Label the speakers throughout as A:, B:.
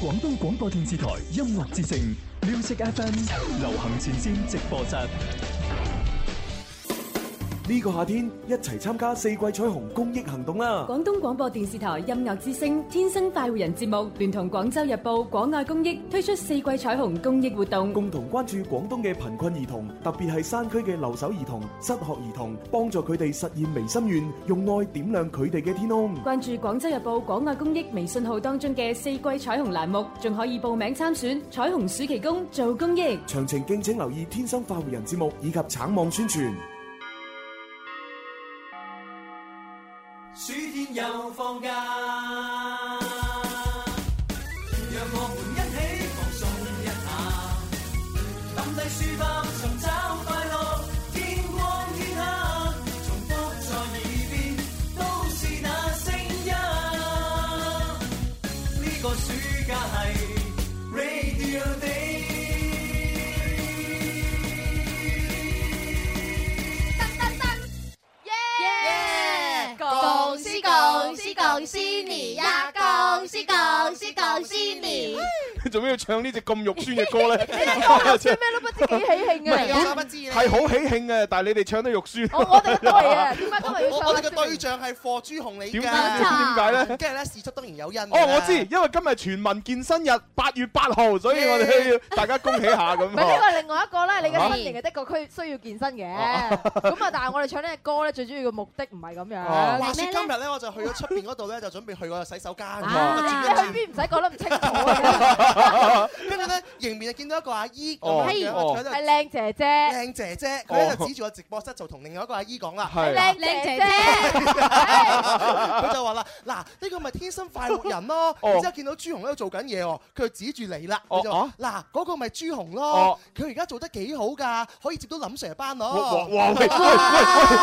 A: 廣東廣播電視台音樂之聲 Music FM 流行前線直播室。
B: 呢個夏天一齊參加四季彩虹公益行動啦！
C: 廣東廣播電視台音樂之聲《天生快活人》節目聯同廣州日報廣愛公益推出四季彩虹公益活動，
B: 共同關注廣東嘅貧困兒童，特別係山區嘅留守兒童、失學兒童，幫助佢哋實現微心願，用愛點亮佢哋嘅天空。
C: 關注廣州日報廣愛公益微信號當中嘅四季彩虹欄目，仲可以報名參選彩虹暑期工做公益。
B: 詳情敬請留意《天生快活人》節目以及橙網宣傳。
D: 暑天又放假，讓我們一起放鬆一下，抌低書包尋找快樂，天光天黑，重複在耳邊都是那聲音。呢個暑假係 Radio Day。
E: 噔噔噔，耶！
F: 恭喜恭喜恭喜你呀！恭喜恭喜恭喜你！
G: 你做咩要唱呢隻咁肉酸嘅歌咧？
F: 你哋講唱咩都不知幾喜慶啊嘅，
G: 唔係啊
F: 不知
G: 係好喜慶嘅，但係你哋唱得肉酸。
F: 我我哋都係啊，點解都係要
H: 我哋嘅對象係貨朱紅你㗎，
G: 點解點解咧
H: 跟住咧，事出當然有因。哦，
I: 啊
G: 哦，我知，因為今日全民健身日，八月八號，所以我哋要大家恭喜下咁。哦
F: 唔係呢個係另外一個啦，你嘅身形係的確需需要健身嘅。咁啊，但係我哋唱呢隻歌咧，最主要嘅目的唔係咁
G: 哦
F: 樣。
H: 哦話説今日咧，我就去咗出邊嗰度咧，就準備去個洗手間。
F: 你去邊唔使講得咁清楚
H: 啊。跟住咧，迎面就見到一個阿姨
G: 哦
H: 咁樣樣，
F: 係靚姐姐，靚
H: 靚姐姐，佢咧就指住個直播室就同另外一個阿姨講啦，
F: 係靚姐姐，
H: 佢就話啦：嗱，呢個咪天生快活人咯。
G: 哦
H: 然之後見到朱紅喺度做緊嘢喎，佢就指住你啦，佢就
G: 哦
H: 話：嗱，嗰個咪朱紅咯，佢而家做得幾好㗎，可以接到林 Sir 班
G: 哇
H: 咯。
G: 哇喂喂喂！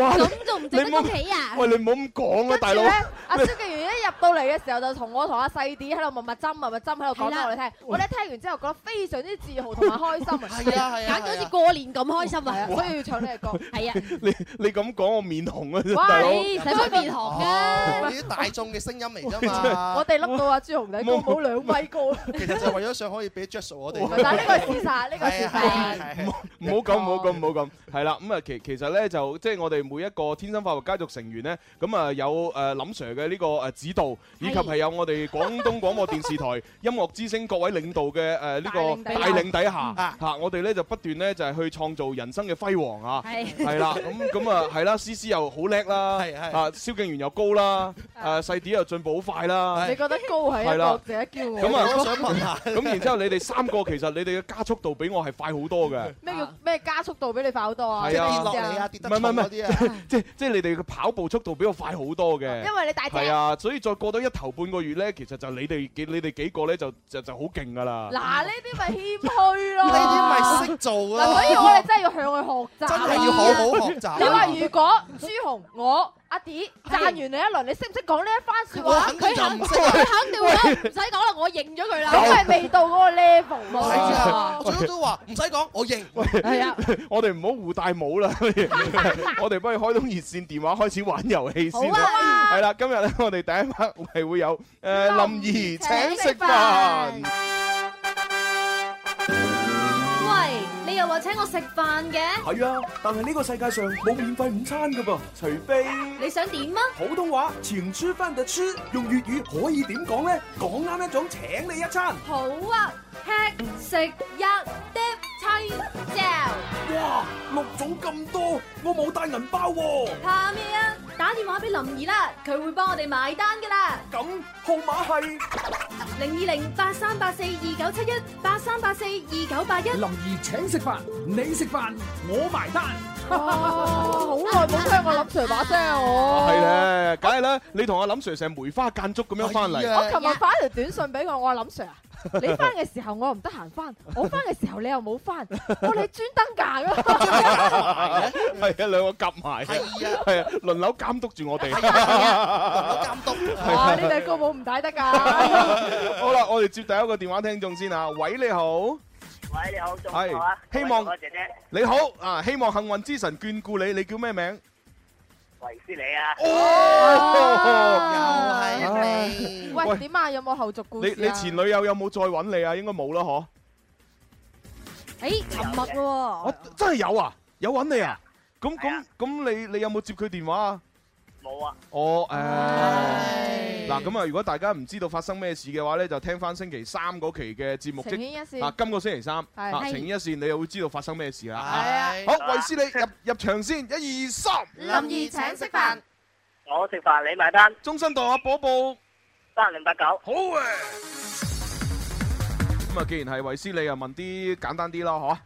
G: 哇
E: 咁仲唔值得恭喜啊？
G: 喂，你唔好咁講啊，大 佬
F: 咧，！阿蕭敬元一入到嚟嘅時候，就同我同阿細啲喺度密密針、密密針喺度講俾我哋聽。我哋聽完之後覺得非常之自豪同埋開心啊！
H: 係啊係啊，
E: 搞到好似過年咁開心
F: 係啊，
E: 啊！
F: 所以要唱呢 個歌。
E: 係啊，
G: 你你咁講我面紅啊，
F: 哇
G: 大佬！
E: 你使乜面紅啊？
H: 哦呢啲大眾嘅聲音嚟 㗎嘛。
F: 我哋笠到阿朱紅仔高冇兩米高，
H: 其實就為咗想可以俾 j u d g 我哋。
F: 但係呢個係事實，呢個係
H: 係
F: 事
H: 啊
F: 實。
H: 係
G: 唔
H: 啊
G: 好唔好咁，唔好咁，唔好咁，係啦。咁啊，其其實咧就即係我哋每一個天生快活家族成員咧，咁啊有誒林 Sir 嘅呢個誒指導，以及係有我哋廣東廣播電視台 音樂之聲各位領導嘅誒呢個
F: 帶
G: 帶領底下
H: 啊，
G: 嚇我哋咧就不斷咧就係去創造人生嘅輝煌啊！
E: 係
G: 係啦，咁咁啊，係啦，思思又好叻啦，
H: 係係
G: 啊，蕭敬元又高啦，誒細啲又進步好快 啦，
F: 你覺得高係一個值得驕傲？
G: 咁啊
H: 我想問下，
G: 咁然之後你哋三個其實你哋嘅加速度比我係快好多嘅。
F: 咩叫咩加速度比你快好多啊？
G: 係
H: 即係
G: 啊
H: 跌落嚟啊，跌得重嗰啲啊。
G: 即即係你哋嘅跑步速度比我快好多嘅。
F: 因為你大隻。
G: 係啊，所以再過多一頭半個月咧，其實就你哋幾你哋幾個咧就就就好勁噶啦。
F: 嗱，呢啲咪謙虛咯。
H: 呢啲咪識做咯。
F: 嗱，所以我哋真係要向佢學
H: 真
F: 習。
H: 係要好好學
F: 你話
H: 習。
F: 如果朱紅、我、阿 D 讚完你一輪，你識唔識講呢一番説
H: 我
F: 話
H: 肯？定就唔識
E: 佢肯定會唔使講啦，我認咗佢啦。
F: 咁係未到嗰個 level 咯。
H: 係啊，我最多都話唔使講，我認。
F: 係啊，
G: 我哋唔好互戴帽啦， 我哋不如開通熱線電話開始玩遊戲
F: 啊
G: 先
E: 好
G: 啦。係啦，今日咧我哋第一 part 係會有誒林怡請食飯。
E: 喂，你又話請我食飯嘅，
B: 係啊，但係呢個世界上冇免費午餐噶噃，除非
E: 你想點啊？
B: 普通話前出翻特出，用粵語可以點講咧？講啱一種請你一餐，
E: 好啊，吃食一碟青椒，
B: 哇，六種咁多，我冇帶銀包喎、
E: 怕咩啊？打電話俾林兒啦，佢會幫我哋埋單噶啦。
B: 咁號碼係
E: 零二零八三八四二九七一八三八四二九八一。
J: 林兒請食飯，你食飯，我埋單。
F: 哇好耐冇聽過林 Sir 把聲啊我。
G: 係。咧，梗係啦，你同阿林 Sir 成梅花間竹咁樣翻 嚟。
F: 我琴日發一條短信俾我，我話林 Sir 啊，你翻嘅時候我又唔得閒翻，我翻嘅時候你又冇翻，我話你專登㗎咁。
G: 係啊，兩個夾埋，
H: 係啊
G: 係啊，輪流監督住我哋。
H: 我監督。
F: 哇！呢對高帽唔戴得㗎。
G: 好啦，我哋接第一個電話聽眾先啊。喂，你好，
K: 喂，你好，中午好啊，
G: 係希望
K: 我係姐姐，
G: À, 你好啊，希望幸運之神眷顧你。你叫咩名？
K: 維斯利啊！
F: 哦
G: 又係你
F: 喂，
G: 喂
F: 點啊？有冇後續故
G: 你
F: 事
G: 你前女友有冇再揾你啊？應該冇啦，嗬。
F: 誒，沉默喎。
G: 真係有啊，有揾你啊？咁咁咁，你你有冇接佢電話啊？
K: 冇啊，
G: 我誒嗱咁啊！如果大家唔知道發生咩事嘅話咧，就聽翻星期三嗰期嘅節目，
F: 情牽一線
G: 啊，今個星期三
F: 係
G: 啊，情牽一線，你又會知道發生咩事啦。
K: 係
G: 好，維斯利入入場先，一二三，
K: 飯，我食飯你埋單，
G: 中心堂阿寶寶
K: 三零八九，
G: 好啊！咁啊，既然係維斯利，又問啲簡單啲咯，嗬？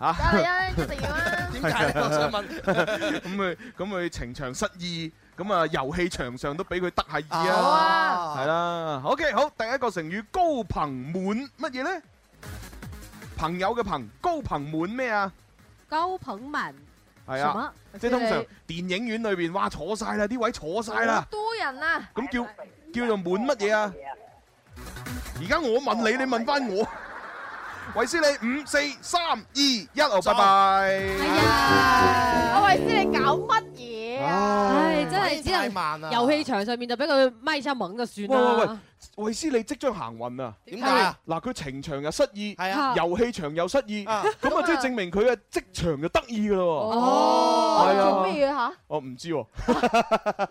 G: 嚇
F: 梗係啊，一定要啊。
G: 點
H: 解咧我想問
G: 咁佢咁佢情場失意，咁啊遊戲場上都俾佢得下意
H: 好
G: 啊
H: 啊，
G: 係啦。OK，好，第一個成語高朋滿乜嘢咧？朋友嘅朋，高朋滿咩啊？
L: 高朋文
G: 係
L: 什
G: 啊
L: 麼，
G: 即係通常電影院裏邊，哇坐晒啦，啲位坐晒啦，
F: 多人啊！
G: 咁叫叫做滿乜嘢啊？而家我問你，你問翻我。 維斯利，五四三二一，哦，拜拜。
F: 我維斯你搞乜嘢
G: À.
F: 啊？
L: 唉，真係只
F: 太慢
L: 能
F: 啦
L: 遊戲場上面就俾佢咪一猛就算
G: 喂喂
L: 啦。
G: 喂，維斯利即將行運啊！
L: 點解啊？
G: 嗱，佢情場又失意，
L: 啊
G: 遊戲場又失意，咁
L: 啊
G: 啊即係證明佢啊職場就得意噶咯喎。
F: 哦
G: 係啊
F: 做咩嘢嚇？
G: 我唔知喎。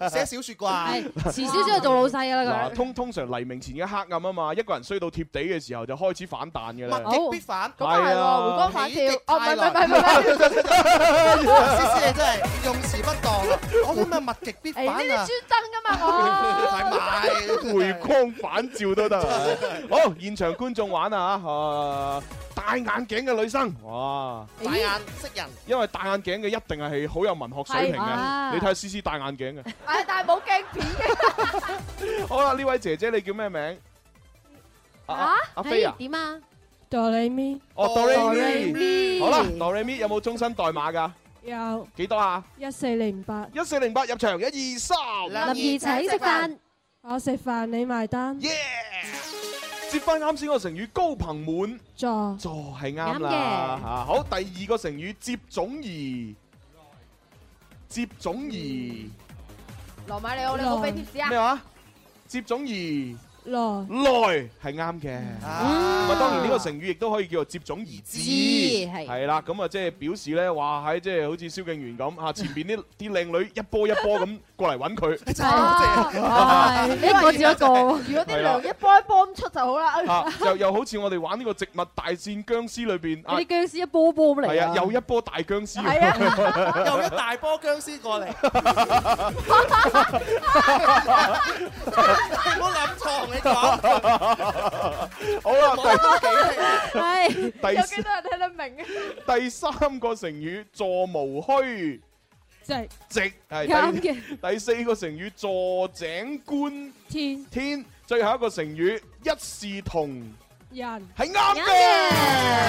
H: 寫小説啩，
L: 遲少少就做老細㗎啦
G: 嗱，
L: 佢。
G: 通通常黎明前嘅黑暗啊嘛，一個人衰到貼地嘅時候就開始反彈嘅啦。
H: 物極必反，
G: 咁啊係喎係啊回光
F: 返照
H: 喜極
F: 哦唔
H: 泰
F: 係
H: 來
F: 唔係唔係唔係
H: 思思你真係用詞不當，我啲咪物極必反
F: 誒，
H: 啊！
F: 呢啲專登㗎嘛，我。
G: 回光返照都得啊。好，現場觀眾玩啊嚇，啊戴眼鏡嘅女生，哇！
H: 大眼識人，
G: 因為戴眼鏡嘅一定係好有文學水平
F: 係啊
G: 嘅，你睇下思思戴眼鏡嘅。
F: 唉，但係冇鏡片嘅。
G: 好啦，呢位姐姐你叫咩名？啊
L: 啊
G: 阿飛啊
L: 係？點啊？哆唻咪
G: 哦哆唻咪，
L: 咪
G: 好啦，哆唻咪有冇終身代碼㗎？
L: 有
G: 幾多啊？
L: 一四零八
G: 一四零八入場，一二三，
L: 林兒請食飯，我食飯你埋單。
G: 接翻啱先個成語高朋滿
L: 座
G: 座係啱
L: 啱
G: 啦
L: 嘅
G: 嚇。好，第二個成語接踵而接
L: 嗯
G: 踵
F: 羅馬里奧，你冇俾貼
G: 而
F: 士啊？
G: 咩話？接踵
L: 來
G: 而來係啱嘅。
L: 嗯
G: 咁啊，當然呢個成語亦都可以叫做接踵而至，
L: 係
G: 係啦。咁啊，即係表示咧，哇！喺即係好似蕭敬元咁 啊，前邊啲啲靚女一波一波咁過嚟揾佢。
F: 啊
L: 一個接一個
F: 如果啲糧一波一波咁出就好啦
G: 啊。，又又好似我哋玩呢個植物大戰僵屍裏邊啊
L: 嗰啲，僵屍一波波咁嚟
G: 係啊，又一波大僵屍，
L: 係啊
H: 又一大波僵屍過嚟，唔好諗錯，同你講。
G: 好
L: 啊
G: 啦，第
F: 係
G: 第
F: 有幾多人聽得明
G: 第三個成語座無虛
L: 即
G: 席係
L: 啱
G: 第第四個成語坐井觀
L: 天
G: 天，最後一個成語一視同。
L: 人
G: 係啱嘅。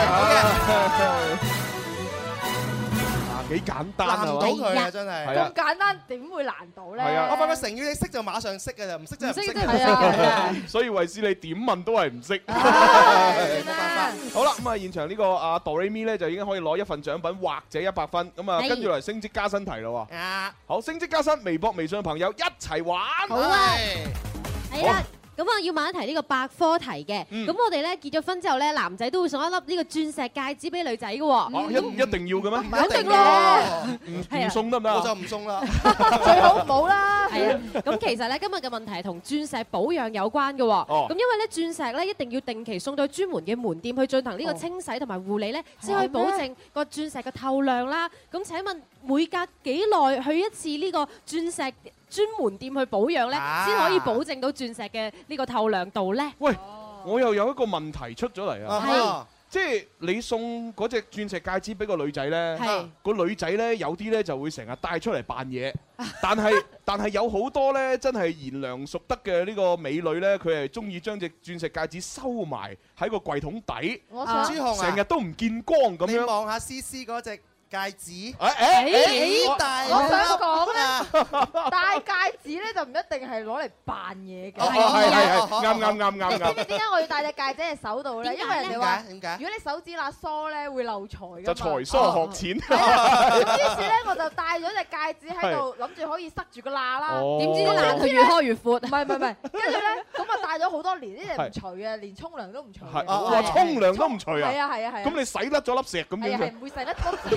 G: 啊，幾簡單啊！
H: 難唔到佢啊真係
G: 係啊
F: 咁，簡單點會難到咧？
G: 係啊
H: 我發覺成語你識就馬上識嘅就唔識真係唔識。
G: 所以維斯你點問都係唔識。 好啦，咁啊現場呢個阿 d o r 咧就已經可以攞一份獎品或者一百分，咁啊
H: 係
G: 跟住嚟升職加薪題咯喎。
H: 啊，
G: 好，升職加薪，微博、微信嘅朋友一齊玩。
L: 好啊係啦。咁啊，要問一題呢個百科題嘅。咁我哋咧結咗婚之後咧，男仔都會送一粒呢個鑽石戒指俾女仔嘅喎。
G: 哦，一一定要嘅咩？
L: 肯定啦
G: 唔唔送得唔得啊？
H: 我就唔送啦。
L: 最好唔好啦。係啊，咁其實咧今日嘅問題係同鑽石保養有關嘅喎。
G: 哦
L: 咁因為咧鑽石咧一定要定期送到專門嘅門店去進行呢個清洗同埋護理咧，先可以保證個鑽石嘅透亮啦。咁請問每隔幾耐去一次呢個鑽石專門店去保養咧，
G: 啊
L: 先可以保證到鑽石嘅呢個透亮度咧？
G: 喂，我又有一個問題出咗嚟
H: Ờ
L: 啊哈
G: 啊！即係你送嗰隻鑽石戒指俾個女仔呢
L: 係，
G: 個女仔呢，有啲呢就會成日帶出嚟扮嘢， 但係但係有好多呢，真係賢良淑德嘅呢個美女呢，佢係中意將隻鑽石戒指收埋喺個櫃桶底，
H: 我想朱紅啊
G: 成日都唔見光咁
H: 你
G: 樣。哎
H: 望下思思嗰隻戒指。
G: 誒誒
H: 幾
G: 誒
H: 大粒
F: 我想講
H: 啊
F: 咧，戴戒指咧就唔一定係攞嚟扮嘢嘅。
G: 哦哦係係係啊啱啱啱啱
F: 知唔知
G: 啱，
F: 點解我要戴隻戒指喺手度咧？因為人哋話，
H: 點解點解
F: 如果你手指罅疏咧，會漏財㗎
G: 就
F: 嘛。
G: 財
F: 哦
G: 疏學淺。
F: 咁於是咧，我就戴咗隻戒指喺度，諗住可以塞住個罅啦
G: 哦。點知啲
F: 啲
G: 罅佢
L: 越開越闊。
F: 唔係唔係唔係，跟住咧，咁啊戴咗好多年，呢隻唔除嘅，連沖涼都唔除嘅。啊
G: 係哦哇，沖涼都唔除啊！
F: 係啊係啊係啊
G: 咁你洗甩咗粒石咁
F: 係
G: 點
F: 啊係
G: 算？
F: 唔會洗得多 字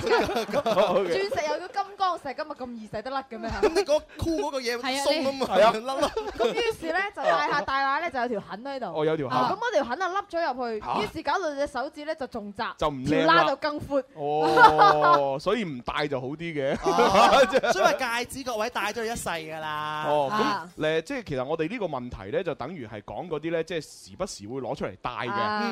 F: 㗎。
G: 好
F: 鑽
G: OK
F: 石又要金剛石，今日咁易洗得甩 嘅咩？
H: 咁你嗰箍嗰個嘢
F: 係啊
H: 鬆啊嘛，
G: 係啊
H: 甩啦。
F: 咁於是咧就戴下戴下咧就有條痕喺度。
G: 哦有條痕
F: 啊咁嗰條痕啊凹咗
G: 嚇
F: 入去，於是搞到隻手指咧就仲窄，
G: 就唔
F: 條
G: 靚
F: 罅
G: 啦
F: 就更闊。
G: 哦，所以唔戴就好啲
H: Ờ.
G: 嘅。
H: 所以話戒指各位戴咗一世㗎
F: 啊
H: 啦。
G: 哦，咁誒，即係其實我哋呢個問題咧，就等於係講嗰啲咧，即係時不時會攞出嚟戴
D: 啊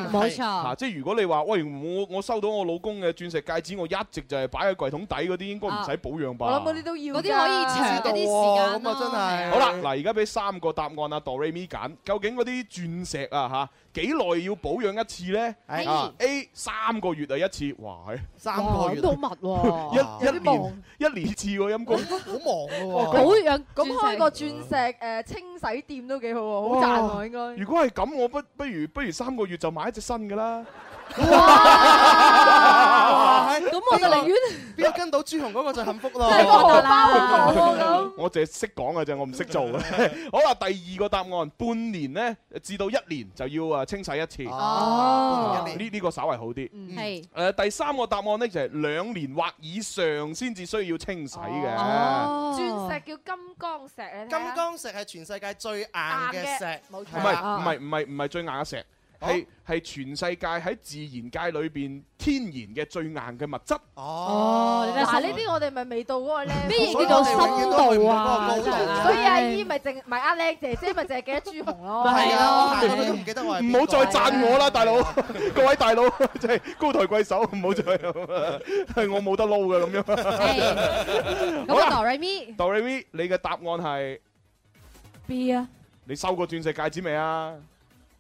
G: 嘅，
D: 嗯冇錯
G: 嚇即係如果你話喂，我我收到我老公嘅鑽石戒指，我一直就係擺喺櫃桶底嗰啲，應該唔使保養吧？
F: 啊我諗嗰啲都要㗎。
L: 嗰啲可以長一啲時間咯。
G: 好啦，嗱，而家俾三個答案啊，Doremi 揀，究竟嗰啲鑽石啊嚇幾耐要保養一次咧？
L: 哎
H: Ờ.
G: 啊 A 三個月啊一次，哇係
H: 三
L: 個月哇咁好密
G: 一一年一年一次喎陰公，
H: 好忙
G: 喎
F: 保養咁開個鑽石誒清洗店都幾好喎，好賺喎應該。
G: 如果係咁，我不不如不如三個月就買一隻新㗎啦。
H: 哇
F: 咁我就寧願
H: 邊個跟到朱紅嗰個就幸福咯。
F: 真係個荷包好厚喎咁。
G: 我淨係識講嘅啫，我唔識做 嘅。好啦，第二個答案，半年呢，至到一年就要啊清洗一
H: Ờ,
G: 次。
L: 哦嗯
G: 呢呢個稍為好啲。
L: 係
G: 誒、第三個答案呢，就係、兩年或以上先至需要清洗嘅。
L: 哦
F: 鑽石叫金剛石咧，
H: 金剛石係全世界最硬嘅石，
F: 冇
G: 唔
H: 啊
G: 係唔係唔係唔係最硬嘅石，係係全世界喺自然界裏邊天然嘅最硬嘅物質。
H: Ờ. 哦
F: 嗱呢啲我哋咪未到嗰個咧，
L: 咩嘢叫做深度啊？
H: 所以我哋永遠都去唔到嗰個高度
F: 所以阿 姨咪淨咪呃靚姐姐咪淨係記得朱紅咯，
H: 係啊，我都唔記得我係邊
G: 唔
H: 個啊
G: 好再讚 我啦，大佬，各位大佬， 真係高抬貴手，唔好再，係 我冇得撈嘅咁樣。
L: 咁啊，Doremi
G: Doremi，你嘅答案係
L: B 啊，
G: 你收過鑽石戒指未啊？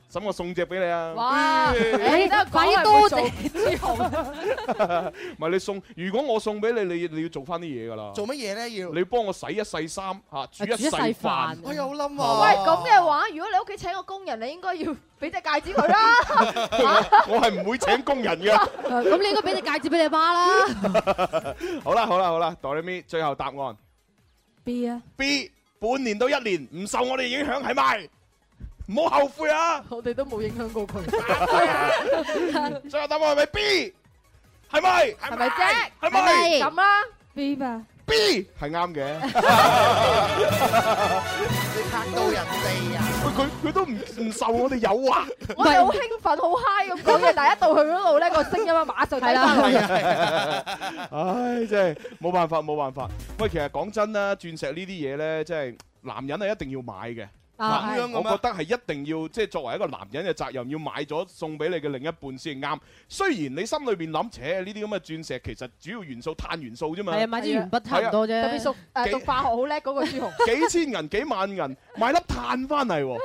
G: 使我送隻俾你啊！
F: 哇！
G: 嗯
F: 你都係
L: 快
F: 講
L: 啲
F: 係
L: 多
F: 會
L: 謝
F: 做朱紅，
G: 唔係你送，如果我送俾你，你你要做翻啲嘢㗎啦。
H: 做乜嘢咧？要
G: 你幫我洗一世衫嚇，
L: 啊
G: 煮一世飯。
H: 我有冧
F: 喂
H: 啊！
F: 咁嘅話，如果你屋企請個工人，你應該要俾隻戒指佢啦。
G: 我係唔會請工人嘅。
L: 咁你應該俾隻戒指俾你媽啦。
G: 好啦好啦好啦，Doremi，最後答案
L: B 啊，
G: B，半年到一年唔受我哋影響係咪？唔好後悔啊！
F: 我哋都冇影響過佢，
G: 最後答案係咪 B？係咪？
F: 係
G: 係
F: 咪啫？
G: 係咪
F: 咁啦
L: ？B 吧。
G: B 係啱嘅。
H: 你嚇到人哋啊！
G: 佢佢佢都唔唔受我哋誘 惑。
F: 我哋好興奮、好 high 咁講嘢，但係一到去嗰度咧，個聲音啊馬上低翻落
G: 係
F: 嚟。
G: 啊！唉，真係冇辦法，冇辦法。喂，其實講真啦，鑽石呢啲嘢咧，真係男人係一定要買嘅。
H: 啊咁樣嘅咩
G: 我覺得係一定要，即係作為一個男人嘅責任，要買咗送俾你嘅另一半先啱。雖然你心裏邊諗，且呢啲咁嘅鑽石其實主要元素碳元素啫嘛。
L: 係啊買支鉛筆差唔多啫
G: 係
F: 特
G: 啊
F: 別熟誒讀化學好叻嗰個朱紅。
G: 幾千銀幾萬銀買粒碳翻嚟喎，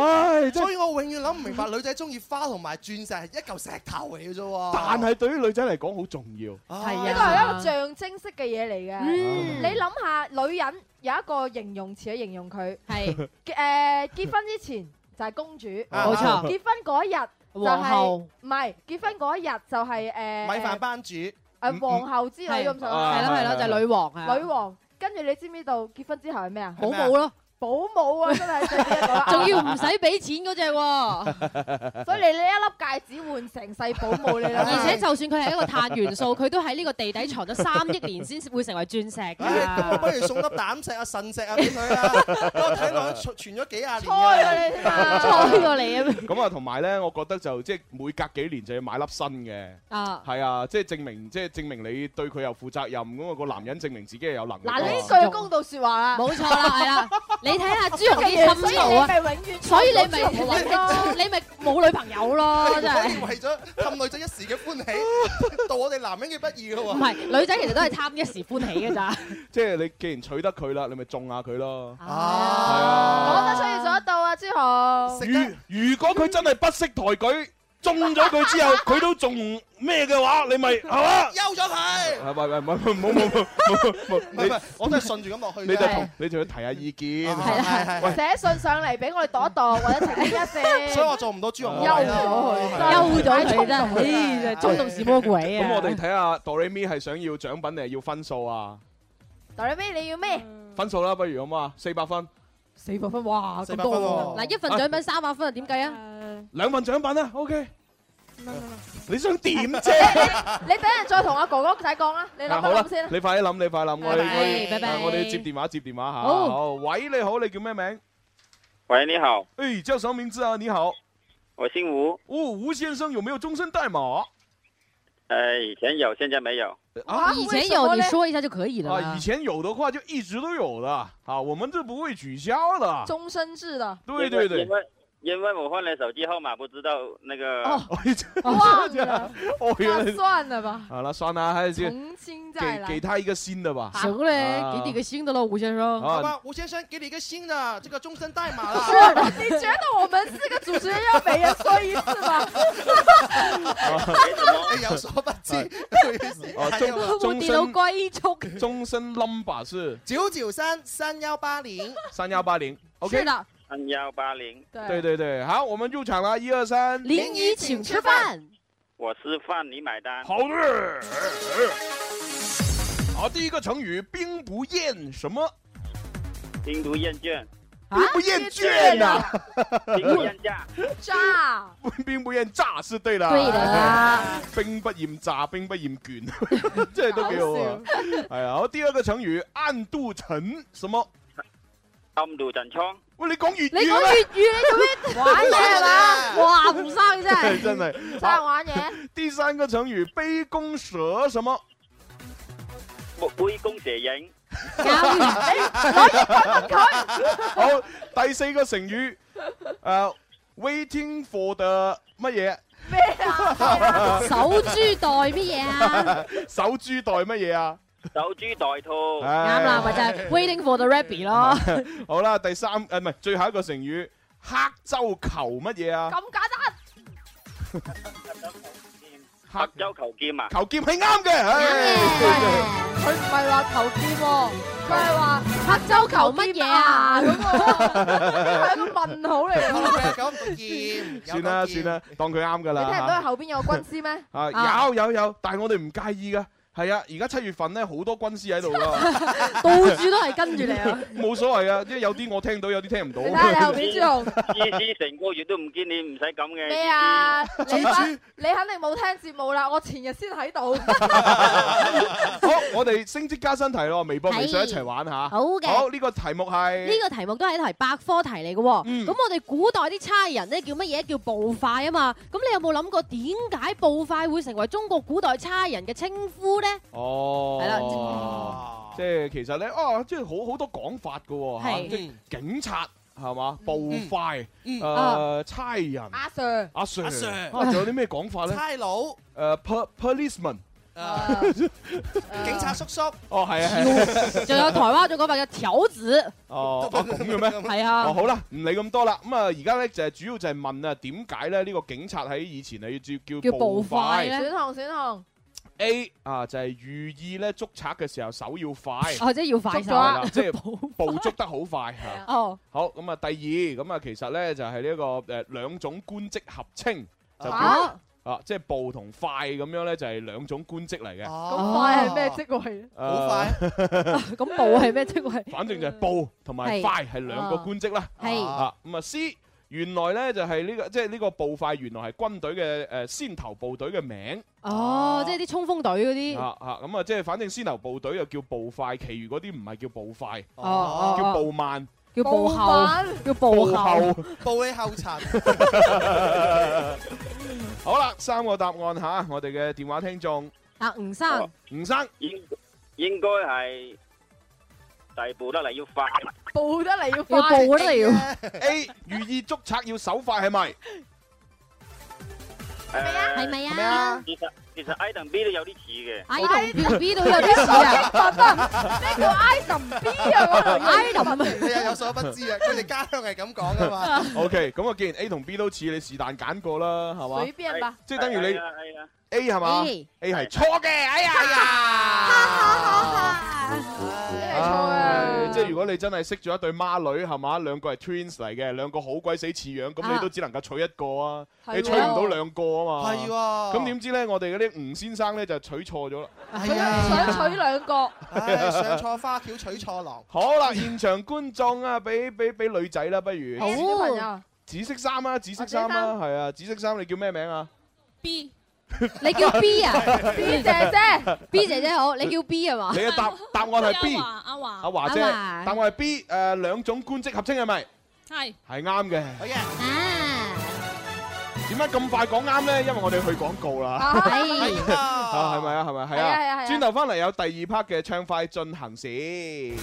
G: 唉，真
H: 所
G: 係。
H: 以我永遠諗唔明白女仔中意花同埋鑽石係一嚿石頭嚟嘅啫喎。
G: 但係對於女仔嚟講好重要。
F: 呢個係一個象徵式嘅嘢嚟嘅。
G: 嗯
F: 你諗下，女人有一個形容詞去形容佢，
L: 係
F: 誒、呃、結婚之前就係公主，
L: À.
H: 啊冇錯
F: 結婚嗰一日就係、
H: 皇后
F: 唔係結婚嗰一日就係、誒
H: 米飯班主，
F: 誒皇后之類咁上
L: Ờ.
H: 嗯
F: 下，
H: 係咯係咯就係女
L: 王啊
F: 女王。跟住你知唔知道結婚之後係咩啊？
L: 保姆咯，
F: 保姆啊，真係最叻啦
L: 仲要唔使俾錢嗰只喎。
F: 所以你呢一粒戒指換成世保姆，你諗下
L: 而且就算佢係一個碳元素， 佢都喺呢個地底藏咗三億年先會成為鑽石
H: 咁我
L: 㗎。
H: 不如送粒膽石啊、腎石啊俾佢 啦。我睇落去傳咗幾廿年
L: 猜過你啊猜過你啊
G: 咁啊，同埋咧，我覺得就即係每隔幾年就要買粒新嘅。
L: 啊
G: 係啊，即係證明，即係證明你對佢有負責任，咁啊個男人證明自己係有能力。
F: 嗱呢句公道説話啦，
L: 哦冇錯啦，係啦，你睇下朱紅
F: 嘅嘢
L: 啲
F: 所以
L: 心
F: 你咪
L: 路啊！
F: 永遠
L: 所以你咪
F: 做唔到朱紅嘅位咯
L: 你 咪冇女朋友咯，
H: 所
L: 真
H: 以
L: 係。
H: 為咗 氹女仔一時嘅歡喜， 到我哋男人嘅不易咯喎。
L: 唔係女仔其實都係貪一時歡喜嘅咋。
G: 即係你既然娶得佢啦，你咪中下佢咯。
F: 講得出要做得到啊，朱紅。
G: 如如果佢真係不識抬舉，中咗佢之後，佢都仲唔咩嘅話，你咪係嘛？
H: 休咗佢。
G: 係喂喂，唔好唔好唔好唔好，
H: 唔
G: 你
H: 係唔係，我都係順住咁落去啫。
G: 你就同你仲要提下意見。
H: 係係係
G: 喂
F: 寫信上嚟俾我哋度一度，或者澄清一 先。
H: 所以我做唔到朱紅。
F: 休
L: 啊
F: 咗佢，
L: 休咗佢
F: 真係
L: 真係衝動是魔鬼
G: 咁
L: 啊！
G: 我哋睇下 Doremi 係想要獎品定係要分數啊？
F: 大咩？你要 咩？
G: 分數啦，不如好嘛？四百分，
L: 四百分，哇
G: 400分喎
L: 嗱，一份獎品三百分啊，點計啊？
G: 兩份獎品啊，OK。你想點 啫？
F: 你等陣再同阿哥哥仔講啦，你諗
G: 啊好
F: 一
G: 啦
F: 諗先，啦。
G: 你快啲諗，你快諗，我哋我哋
F: 拜拜拜拜
G: 啊我哋要接電話接電話吓。
F: 好
G: 好，喂，你好，你叫咩名？
K: 喂，你好，
G: 誒，叫什麼名字啊？你好，
K: 我姓吴，
G: 哦，吳先生有沒有終身代碼？
K: 呃，以前有，現在沒有。
G: 啊
L: 以前有你說一下就可以了
G: 啊，以
L: 嘛。
G: 前有的話就一直都有的啊，我們這不會取消的。
F: 終身制 的。
G: 對對對
K: 因為因為我換了手機號碼，不知道那個。
F: 哦
G: 哇，
L: 啊
G: 哦，原
F: 那
G: 來
F: 算了吧，
G: 好了，算了，還是
F: 重新再
G: 給
F: 來。
G: 給他一個新的吧。
L: 行嘞
G: 啊，
L: 給你個新的咯，吳先生。
G: 好
H: 好吧，吴先生，给你一个新的这个终身代码
F: 是
H: 了。
F: 你覺得我們四個主持人要每人說一次嗎？
H: 哎有所不知，
G: 哦，
H: 哎呀
G: 終終身
L: 歸宿，
G: 終身 number 是
H: 九九三三幺 八零，
G: 三幺八零，OK。
L: 的，
K: 三幺八零，
G: 对对对，好，我们入场了，一二三，
L: 林姨請吃飯。
K: 我吃饭你买单。
G: 好的。好，第一个成语“兵不厌”什么？
K: 兵不厌倦，
G: 兵不厌倦呐、
K: 兵不厌诈，
F: 炸，
G: 兵不厌诈是对的。
L: 對的。
G: 兵不厌诈，兵不厌倦， 真系都几好啊！系啊，好，第二个成语“暗度陈”什么？
K: 暗度陈仓。
G: 喂，你讲粤
L: 你
G: 语
L: 講粵語，你做咩玩嘢係嘛？哇，吳生真 係
G: 真係
F: 真係玩嘢。
G: 第三个成语“杯弓蛇” 什么？
K: 杯弓蛇影，
G: 好，第四个成语，诶、w a i t i n g for the 乜嘢？
F: 咩啊？
L: 守株待乜嘢啊？
G: 守株待乜嘢啊？
K: 守株待兔。
L: 啱
G: 啱
L: 啦，咪就係 waiting for the rabbit 咯。
G: 好啦，第三诶，唔係最後一個成語，黑舟求乜嘢啊？
F: 咁簡單，
K: 黑舟求劍 啊！
G: 求劍係啱嘅，唉
F: 佢唔係話求劍喎，佢係話黑州求乜嘢啊？咁喎， 係一個問號嚟
H: 好
F: 㗎。
H: 啦，有九唔到劍，
G: 算啦算啦，當佢啱噶
F: 你聽唔
G: 啦
F: 到佢後邊有個軍師咩？
G: 嚇啊有有有，但係我哋唔介意噶。係啊，而家七月份咧好多軍師喺度噶，
L: 到處都係跟住你啊！
G: 冇所謂啊，因為有啲我聽到，有啲聽唔到。
F: 你睇下你後邊朱紅
K: 意思成個月都唔見你，唔使咁嘅。
F: 咩啊？你肯你肯定冇聽節目啦，我前日先喺 度。
G: 好，我哋升職加薪題咯，微博、微信一齊玩下。
L: 好嘅
G: 好，呢個題目係
L: 呢個題目都係一題百科題嚟嘅喎，咁、我哋古代啲差人咧叫乜嘢？叫捕快啊嘛。咁你有冇諗過點解捕快會成為中國古代差人嘅稱呼咧？
G: 哦，
L: 係啦
H: 哦
G: 即係其實咧，啊，即係好好多講法噶喎，嚇
L: 係
G: 即係警察係嘛，捕快，
H: 嗯
G: 誒差人，
F: 阿 Sir，
G: 阿 Sir，
H: 阿 Sir
G: 啊，仲有啲咩講法咧？呃
H: 差佬，
G: 誒 po- policeman，
H: 警察叔叔，
G: 哦係啊係啊，
L: 仲有台灣仲講法叫條子，
G: 哦哦咁嘅 咩？
L: 係
G: 哦
L: 啊，
G: 好啦，唔理咁多啦。咁啊，而家咧就係主要就係問啊，點解咧呢個警察喺以前係要叫
L: 叫捕快咧
F: 選項選項，
G: A 啊，就係寓意咧捉賊嘅時候手要快。
L: 或者哦要快手
F: 捉咗啊
G: 係啦即係捕捉得好快嚇。
L: 哦，
G: 好咁啊，第二咁啊，其實咧就係呢一個誒兩種官職合稱，就叫
F: 嚇
G: 啊，即係步同快咁樣咧，就係兩種官職嚟嘅。
F: 咁快係咩職位？
G: 誒
H: 哦好快，
L: 咁捕係咩職位？
G: 反正就係步同埋
L: 係
G: 快係兩個官職
H: 哦
G: 啦。
L: 係
G: 啊，咁啊 C。原來咧就係呢、個，即係呢個步快原來係軍隊嘅誒、先頭部隊嘅名
L: 哦，即係啲衝鋒隊嗰啲，
G: 啊啊咁啊，即係反正先頭部隊又叫步快，其餘嗰啲唔係叫步快，
L: 哦哦，
G: 叫
L: 哦
G: 步慢、
L: 叫步後，叫步
G: 步
L: 後。
G: 後。
H: 報你後塵。
G: 好啦，三個答案吓，我哋嘅電話聽眾
L: 啊，吳生，
G: 吳生。
K: 應應該係逮捕得嚟要快，
F: 報得嚟要
L: 要
F: 快，
H: 哎
L: 捕得嚟要
G: A 寓意捉賊要手快係咪？
K: 誒
L: 係咪啊係咪啊
K: 其實其實 I 同 B 都有啲似嘅。
L: I 同 B 都有啲似啊！
F: 咩叫 I 同 B 啊
L: ？I 同
H: 你又有所不知啊！佢哋家鄉係咁講噶 嘛。
G: O K，咁啊，既然 A 同 B 都似，你是但揀過啦，係嘛？
H: 隨便吧
G: 即係等於你
H: 係啊
G: A 係嘛
H: A
G: ？A 係錯嘅，哎呀哎呀！即係如果你真係識咗一對孖女係嘛，兩個係 twins 嚟嘅，兩個好鬼死似樣，咁你
H: 啊
G: 都只能夠娶一個啊，
H: 係
G: 你娶唔
H: 喎
G: 到兩個啊嘛。
H: 係喎
G: 咁點知咧？我哋嗰啲吳先生咧就娶錯咗啦。
H: 係啊
F: 想娶兩個，
H: 唉，上錯花轎娶錯郎。
G: 好啦，現場觀眾啊，俾俾俾女仔啦，不如。
F: 小朋友
G: 紫色衫啊，紫色衫
F: 紫
G: 啊，係啊，紫色衫你叫咩名啊？
L: B，你叫 B 啊
G: B
L: 姐姐，B 姐姐好，你叫 B 啊嘛？
G: 你嘅答答案係 B，
M: 阿華
N: 啊
G: 阿華啊姐，
L: 阿華
G: 答案係 B，誒兩種官職合稱係咪？
M: 係
G: 係啱嘅。
H: 好嘅。
G: 點解咁快講啱咧？因為我哋去廣告啦。
D: 啊係啊
H: 哦
G: 啊，係咪啊？係咪？係
D: 係啊係啊係
G: 啊！
D: 啊
G: 轉頭翻嚟有第二 part 嘅暢快進行時。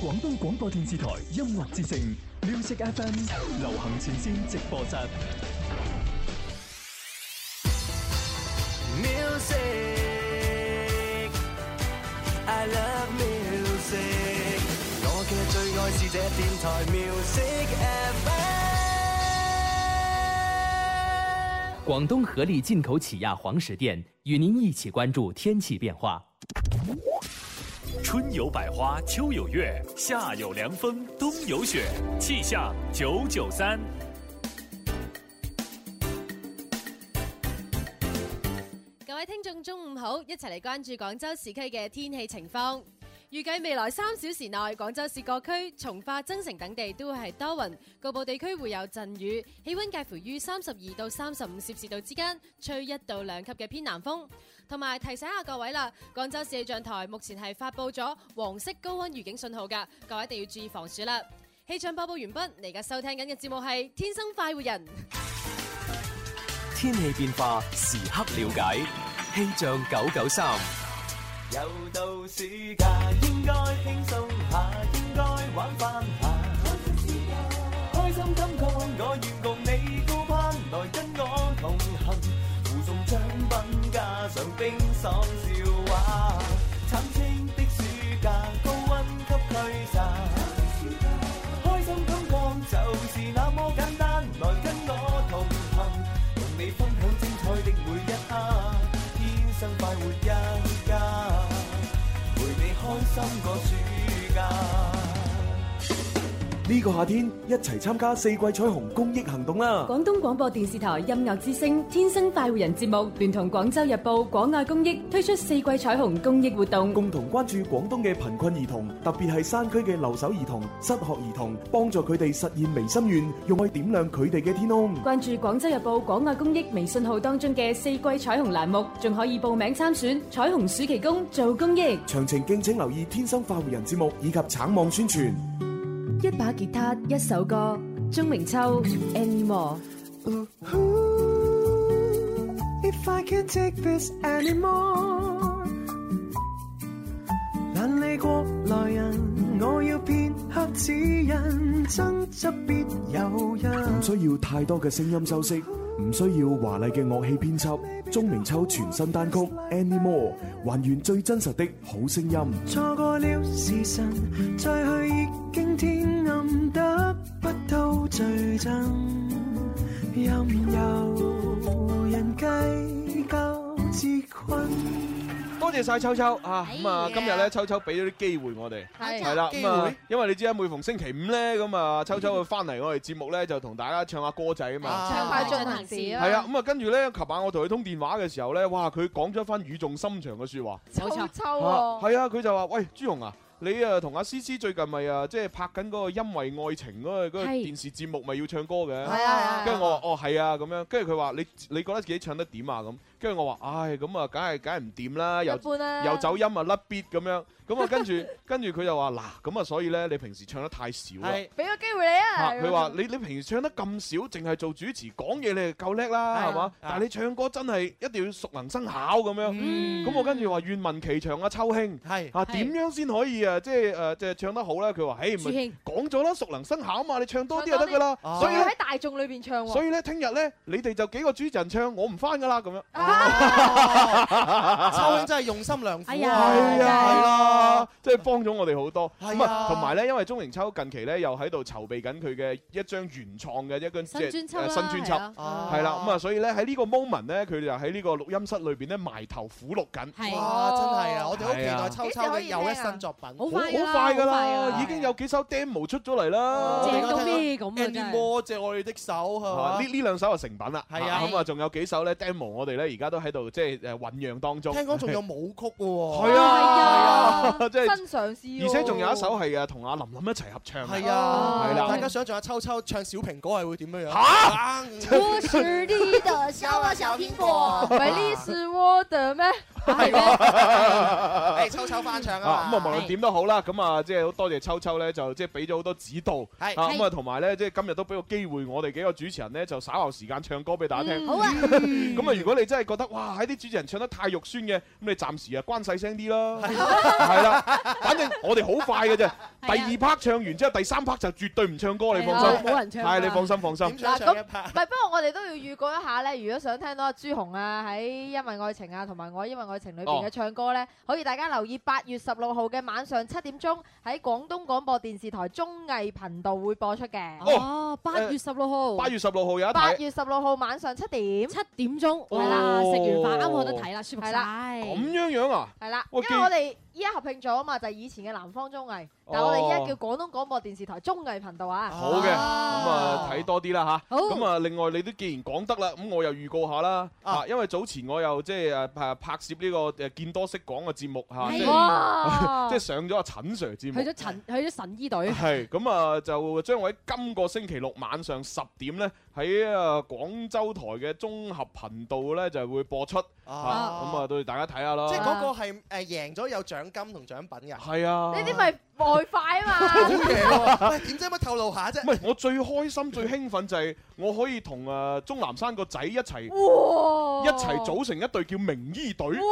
A: 廣東廣播電視台音樂之聲 Music FM 流行前線直播室。
D: Music, I love music。我嘅最愛是這電台 Music FM。
O: 广东合力进口起亚黄石店与您一起关注天气变化。
P: 春有百花，秋有月，夏有凉风，冬有雪。气象九九三。
L: 各位聽眾中午好，一齊嚟關注廣州市區嘅天氣情況。預計未來三小時內，廣州市各區、從化、增城等地都會係多雲，局部地區會有陣雨，氣温介乎於三十二到三十五攝氏度之間，吹一到兩級嘅偏南風。同埋提醒下各位啦，廣州市氣象台目前係發布咗黃色高温預警信號㗎，各位一定要注意防暑啦。氣象播報完畢，你而家收聽緊嘅節目係《天生快活人》。
O: 天气变化时刻了解，气象九九三。
D: 又到暑假，應該輕鬆下，應該玩翻下。開心感覺，我願共你高攀，來跟我同行。附送獎品，加上冰爽笑話。慘清的暑假，高温給驅散。開心感覺就是那麼簡單，來跟我同行，同你分享精彩的每一刻。天生快活一家，陪你開心個暑假。
B: 呢個夏天一齊參加四季彩虹公益行動
Q: Ờ.
B: 啦！
C: 廣東廣播電視台音樂之聲《天生快活人》節目聯同廣州日報廣愛公益推出四季彩虹公益活動，
B: 共同關注廣東嘅貧困兒童，特別係山區嘅留守兒童、失學兒童，幫助佢哋實現微心願，用愛點亮佢哋嘅天空。
C: 關注廣州日報廣愛公益微信號當中嘅四季彩虹欄目，仲可以報名參選彩虹暑期工做公益。
B: 詳情敬請留意《天生快活人》節目以及橙網宣傳。
C: 一把吉他，一首歌，鍾明秋 Anymore。
I: If I can't take this anymore，懶理過來人，我要片刻指引，爭執必有
B: 唔
I: 因。
B: 需要太多嘅聲音修飾，唔需要華麗嘅樂器編輯，鍾明秋全新單曲《Anymore》還原最真實的好聲音。
I: 錯過了時辰，再去已經天暗，得不到最真。任由人計較自困。
G: 多謝晒秋秋啊！咁啊，今日咧秋秋俾咗啲機會我哋，
I: 係
G: 係啦
I: 機
G: 咁
I: 會
G: 啊，因為你知啦，每逢星期五咧，咁啊秋秋會翻嚟我哋節目咧，就同大家唱下歌仔啊嘛。
F: 暢快進行時啊！
G: 係啊，咁啊，跟住咧，琴晚我同佢通電話嘅時候咧，哇，佢講咗一番語重心長嘅説話。
F: 秋秋
G: 啊
F: 喎，
G: 係啊，佢就話：喂，朱紅啊！你啊同阿思思最近咪啊即係拍緊嗰個因為愛情嗰個嗰個
F: 係
G: 電視節目咪要唱歌嘅，
F: 係啊係啊
G: 跟住我話哦係啊咁樣，跟住佢話你你覺得自己唱得點啊咁，跟住我話：唉，咁啊，梗係梗係唔掂啦，又
F: 一般啦
G: 又走音啊，甩 beat 咁樣。咁啊，跟住 跟住佢就話：嗱，咁啊，所以咧，你平時唱得太少啦。
F: 俾個機會你啊！
G: 啊佢話：你你平時唱得咁少，淨係做主持講嘢，你就夠叻啦，係嘛？但係你唱歌真係一定要熟能生巧咁樣。
H: 嗯
F: 嗯
G: 咁我跟住話願聞其詳啊，秋興 係啊，點樣先可以啊？即係誒，即係唱得好咧？佢話：誒，
F: 朱興
G: 咪講咗啦，熟能生巧嘛，你唱多啲就得㗎啦。所
F: 仲
G: 以
F: 要
G: 咧
F: 喺，大眾裏邊唱喎。
G: 所以咧，聽日咧，你哋就幾個主持人唱，我唔翻㗎啦，咁樣。
H: 秋英真係用心良
F: 哎
H: 苦啊！
G: 哎係
H: 係
G: 啊，即係幫咗我哋好多。
H: 係啊
G: 咁啊，同埋咧，因為鐘明秋近期咧又喺度籌備緊佢嘅一張原創嘅一張
L: 新專輯
G: 誒
L: 啦
G: 新專
L: 係
G: 輯
L: 啊哦
G: 係啦。咁啊，所以咧喺呢個 moment 咧，佢就喺呢個錄音室裏邊咧埋頭苦錄緊。
L: 係
H: 哇！真係啊，我哋好期
G: 係啊
H: 待秋秋嘅有一新作品，
G: 好
L: 啊
G: 快㗎啦，已經有幾首 demo 出咗嚟啦。
L: 哦
F: 啊
H: Andy Moore 借我哋的手
G: 啊
H: 係
G: 呢呢兩首係成品啦，
H: 哦係啊
G: 咁啊，仲有幾首咧 demo，我哋咧而家都喺度即係誒醖釀當中。
H: 聽講仲有舞曲嘅喎，
G: 哦係啊
H: 係啊，
G: 真係
H: 新嘗試
G: 而且仲有一首係啊，同阿琳琳一齊合唱。
H: 係啊，
F: 哦
G: 係啦。
H: 大家想象下秋秋唱小蘋果係會點樣樣？啊
F: 我是你的小啊小蘋果，喂，你是我的咩？
H: 誒，秋秋翻唱啊
G: 啊，咁啊，
H: 嘛
G: 無論點都好啦，咁啊，即係好多謝秋秋咧，就即係俾咗好多指導，啊
H: 係
G: 咁啊，
H: 係
G: 同埋咧，即係今日都俾個機會我哋幾個主持人咧，就稍後時間唱歌俾大家聽。
D: 嗯好啊
G: 咁啊，如果你真係覺得哇，喺啲主持人唱得太肉酸嘅，咁你暫時啊關細聲啲啦，係啦，反正我哋好快嘅啫。第二 part 唱完之後，第三 part 就絕對唔唱歌，你放心，
F: 冇人唱㗎
G: 係你放心放心。
F: 嗱咁，啊唔係不過我哋都要預告一下咧。如果想聽到阿朱紅啊喺《因為愛情》啊同埋《我因為愛情》裏邊嘅
G: 哦
F: 唱歌咧，可以大家留意八月十六號嘅晚上七點鐘喺廣東廣播電視台綜藝頻道會播出嘅。
G: 哦
F: 八月十六號，
G: 八月十六號有一
F: 八
G: 睇。
F: 月十六號晚上七點，
L: 七點鐘
G: 係啦哦食完飯啱好有得睇
L: 啦舒服
F: 係啦，
G: 咁樣樣啊？
F: 係啦，因
G: 喂
F: 為我哋依家合併咗啊嘛，就係以前嘅南方綜藝，但係我哋依家叫廣東廣播電視台綜藝頻道啊。
G: 好嘅，咁啊睇多啲啦吓。
F: 好
N: 哦
G: 咁啊，另外你都既然講得啦，咁我又預告下啦。啊，因為早前我又即係誒拍拍攝呢個誒見多識廣嘅節目吓，即
L: 哇
G: 係即係上咗阿陳 Sir 節
L: 去
G: 目
L: 咗。陳去咗神
N: 哎
L: 醫隊，
G: 係咁啊，就將會喺今個星期六晚上十點呢，喺啊廣州台嘅綜合頻道呢就會播出。啊，咁啊，到時大家睇下啦。
H: 即係嗰個係誒贏咗有獎金同獎品㗎。
G: 係啊，
F: 呢啲咪外快啊 嘛。
H: 喂，點解乜透露下啫？
G: 唔係，我最開心、最興奮就係我可以同誒鐘南山個仔一齊，
D: 哇
G: 一齊組成一隊叫名醫隊。
D: 哇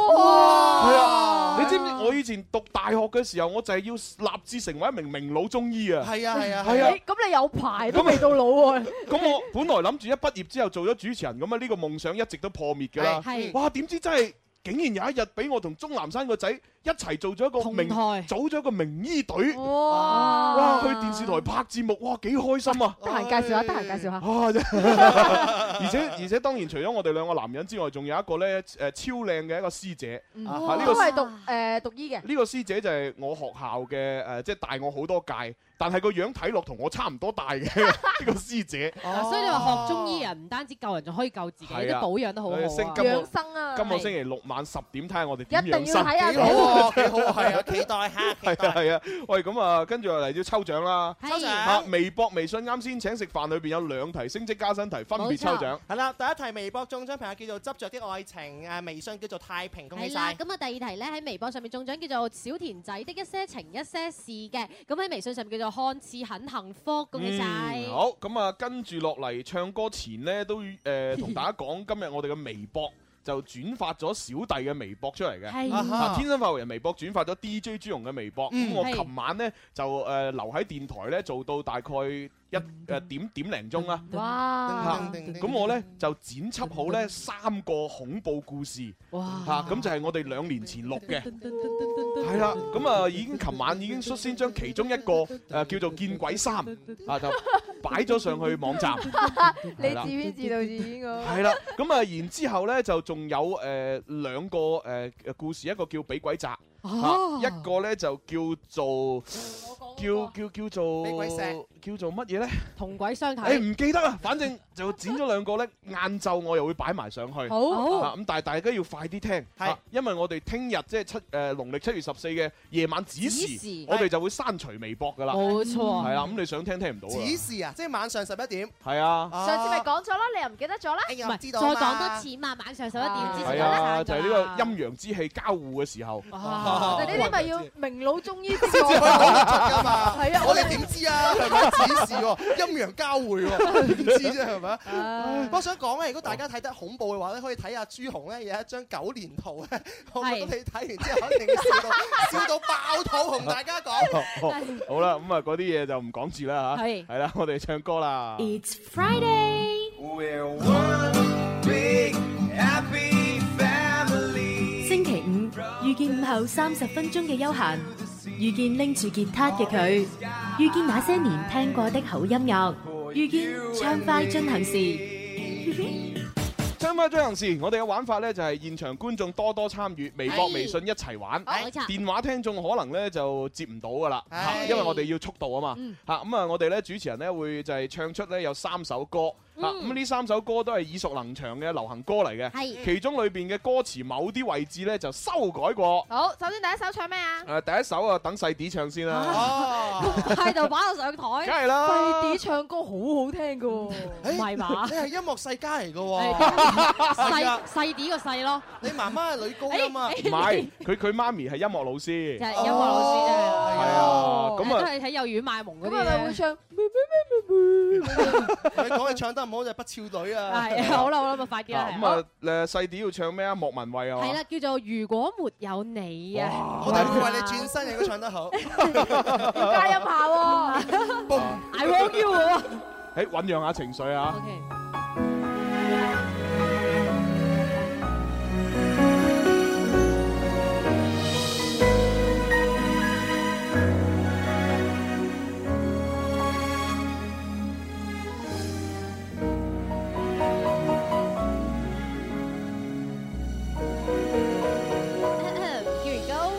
G: 係啊！你知唔知我以前讀大學嘅時候，我就係要立志成為一名名老中醫啊！
H: 係啊係啊
G: 係啊
F: 你！咁你有排都未到老喎。
G: 咁我本來諗住一畢業之後做咗主持人，咁啊呢個夢想一直都破滅㗎啦
F: 係 係。
H: 嗯
G: 哇！點知真係竟然有一日俾我同鐘南山個仔一齊做咗一個名，組咗一個名醫隊。
F: 哇
G: 哇！去電視台拍節目，哇！幾開心 啊！
F: 得閒介
H: 哎
F: 紹下，得閒介紹下。
G: 啊！真係 而且而且當然除咗我哋兩個男人之外，仲有一個咧誒超靚嘅一個師姐
F: 嗯
G: 啊！呢
F: 都
G: 個
F: 係讀誒讀醫嘅。
G: 呢個師姐就係我學校嘅誒，即係大我好多屆，但係個樣睇落同我差唔多大嘅 呢個師 姐。
L: 嗱所以你話學中醫人唔單止救人，仲可以救自己，
G: 係
L: 都
G: 啊
L: 保養得好好
G: 佢升
L: 啊，
G: 今個養
F: 生啊
G: 今個星期六晚十點睇下我哋點
L: 一定
G: 樣生。
L: 要睇下
G: 幾
L: 佢
H: 幾好係啊期待下期
G: 係啊 係啊，喂咁啊，跟住嚟要抽獎啦。
H: 抽獎
G: 啊！微博、微信啱先請食飯裏邊有兩題升職加薪題，分別抽獎。
H: 係啦，第一題微博中獎朋友叫做執着啲愛情，誒微信叫做太平，恭喜
L: 係啦，
H: 晒。
L: 咁啊第二題咧喺微博上面中獎叫做小田仔的一些情一些事嘅，咁喺微信上面叫做看似很幸福，恭喜晒！
G: 嗯好，咁啊，跟住落嚟唱歌前呢，都誒同、大家講，今日我哋嘅微博。就轉發咗小弟嘅微博出嚟嘅，
D: 係
G: 啊天生發為人微博轉發咗 DJ 朱容嘅微博。咁
D: 嗯
G: 我
D: 係
G: 琴晚呢，就誒留喺電台呢，做到大概一誒點點零鐘啦。
F: 哇
G: 嚇咁我呢，就剪輯好呢三個恐怖故事，
L: 哇
G: 嚇咁就係我哋兩年前錄嘅。係啦，咁啊已經琴晚已經率先將其中一個誒、呃叫做見鬼三啊就擺咗上去網站，
F: 你
G: 係啦
F: 自編自導自演㗎。
G: 係啦，咁啊然之後咧就仲有呃誒兩個呃哦誒故事，一個叫俾鬼砸，啊一個咧就叫做叫叫叫做
F: 俾鬼錫
G: 叫做乜嘢咧？
L: 同鬼相睇
G: 誒。唔記得啦，反正就剪咗兩個咧，晏晝我又會擺埋上去。
L: 好好
G: 啊咁，但係大家要快啲聽，啊因為我哋聽日即係七誒呃農曆七月十四嘅夜晚子
H: 子時
G: 時，我哋就會刪除微博噶啦。
H: 冇錯
G: 係啦，咁你想聽聽唔到啊？
H: 指示啊，即係晚上十一點。
G: 係啊。
F: 上次咪講咗啦，你又唔記得咗啦？
H: 呀唔知道啊嘛再講多
F: 次
L: 嘛，晚上十一點
F: 之
G: 係啊，就係呢個陰陽之氣交互嘅時候。
H: 啊
F: 哇！你呢啲咪要明老中醫先講
H: 佢講得嘛
F: 係啊，
H: 我哋點知啊？係咪指示喎？陰陽交匯喎？點知啫係咪？唉我想講咧，如果大家睇得恐怖嘅話咧，可以睇下朱紅咧有一張九連圖咧，我覺得你睇完之後肯定笑 到笑到爆肚，同大家講。
G: 好啦，咁啊嗰啲嘢就唔講住啦吓。
H: 係
G: 係啦，我哋唱歌啦。
D: It's Friday. We're one big happy family.
M: 星期五遇見午後三十分鐘嘅休閒，遇見拎住吉他嘅佢，遇見那些年聽過的好音樂，遇見暢快進行時。
G: 張開張行事，我哋嘅玩法呢就係現場觀眾多多參與，微博、
M: 係
G: 微信一齊玩。
M: 冇錯
G: 電話聽眾可能呢就接唔到噶啦，嚇因為我哋要速度啊嘛
M: 嗯。
G: 嚇咁啊，我哋呢主持人呢會就係唱出呢有三首歌。
M: 嗯
G: 嚇咁呢三首歌都係耳熟能詳嘅流行歌嚟
F: 係
G: 嘅，其中裏邊嘅歌詞某啲位置呢就修改過。
F: 好，首先第一首唱咩啊？
G: 誒第一首啊，等細啲唱先啦。
H: 啊哦
F: 態度擺到上台，
G: 梗係啦
F: 細啲唱歌好好聽噶，唔係
H: 哎你係音樂世家嚟嘅
L: 係
H: 喎， 係啊
L: 細細啲個細咯。
H: 你媽媽係女高音
F: 哎
H: 啊，
G: 唔係，佢佢媽咪係音樂老師，
L: 就哦係音樂老師啫
G: 係啊，咁
L: 都
G: 啊。
L: 係喺幼兒園賣萌嗰
F: 咁
L: 啲
F: 係咪會
L: 咧。
F: 唱？
H: 你講佢唱得唔好就不俏女 啊。
L: 係好啦好啦，咪快啲啦。係
G: 咁啊，誒細啲要唱咩啊？莫文蔚啊嘛。
L: 係啦，叫做如果沒有你啊，
H: 我哋會為你轉身，你都唱得好。
F: 加音下 喎
L: ，I want you 啊。
G: 誒醖哎釀下情緒啊！
F: Here we go。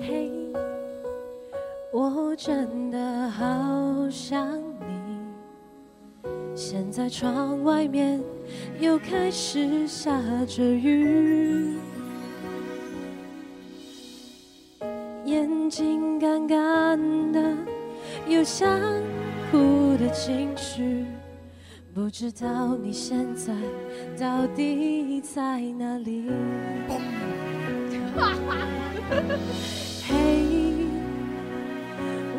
N: 嘿，我真的好想你。现在窗外面又开始下着雨，眼睛干干的，有想哭的情绪。不知道你现在到底在哪里？嘿，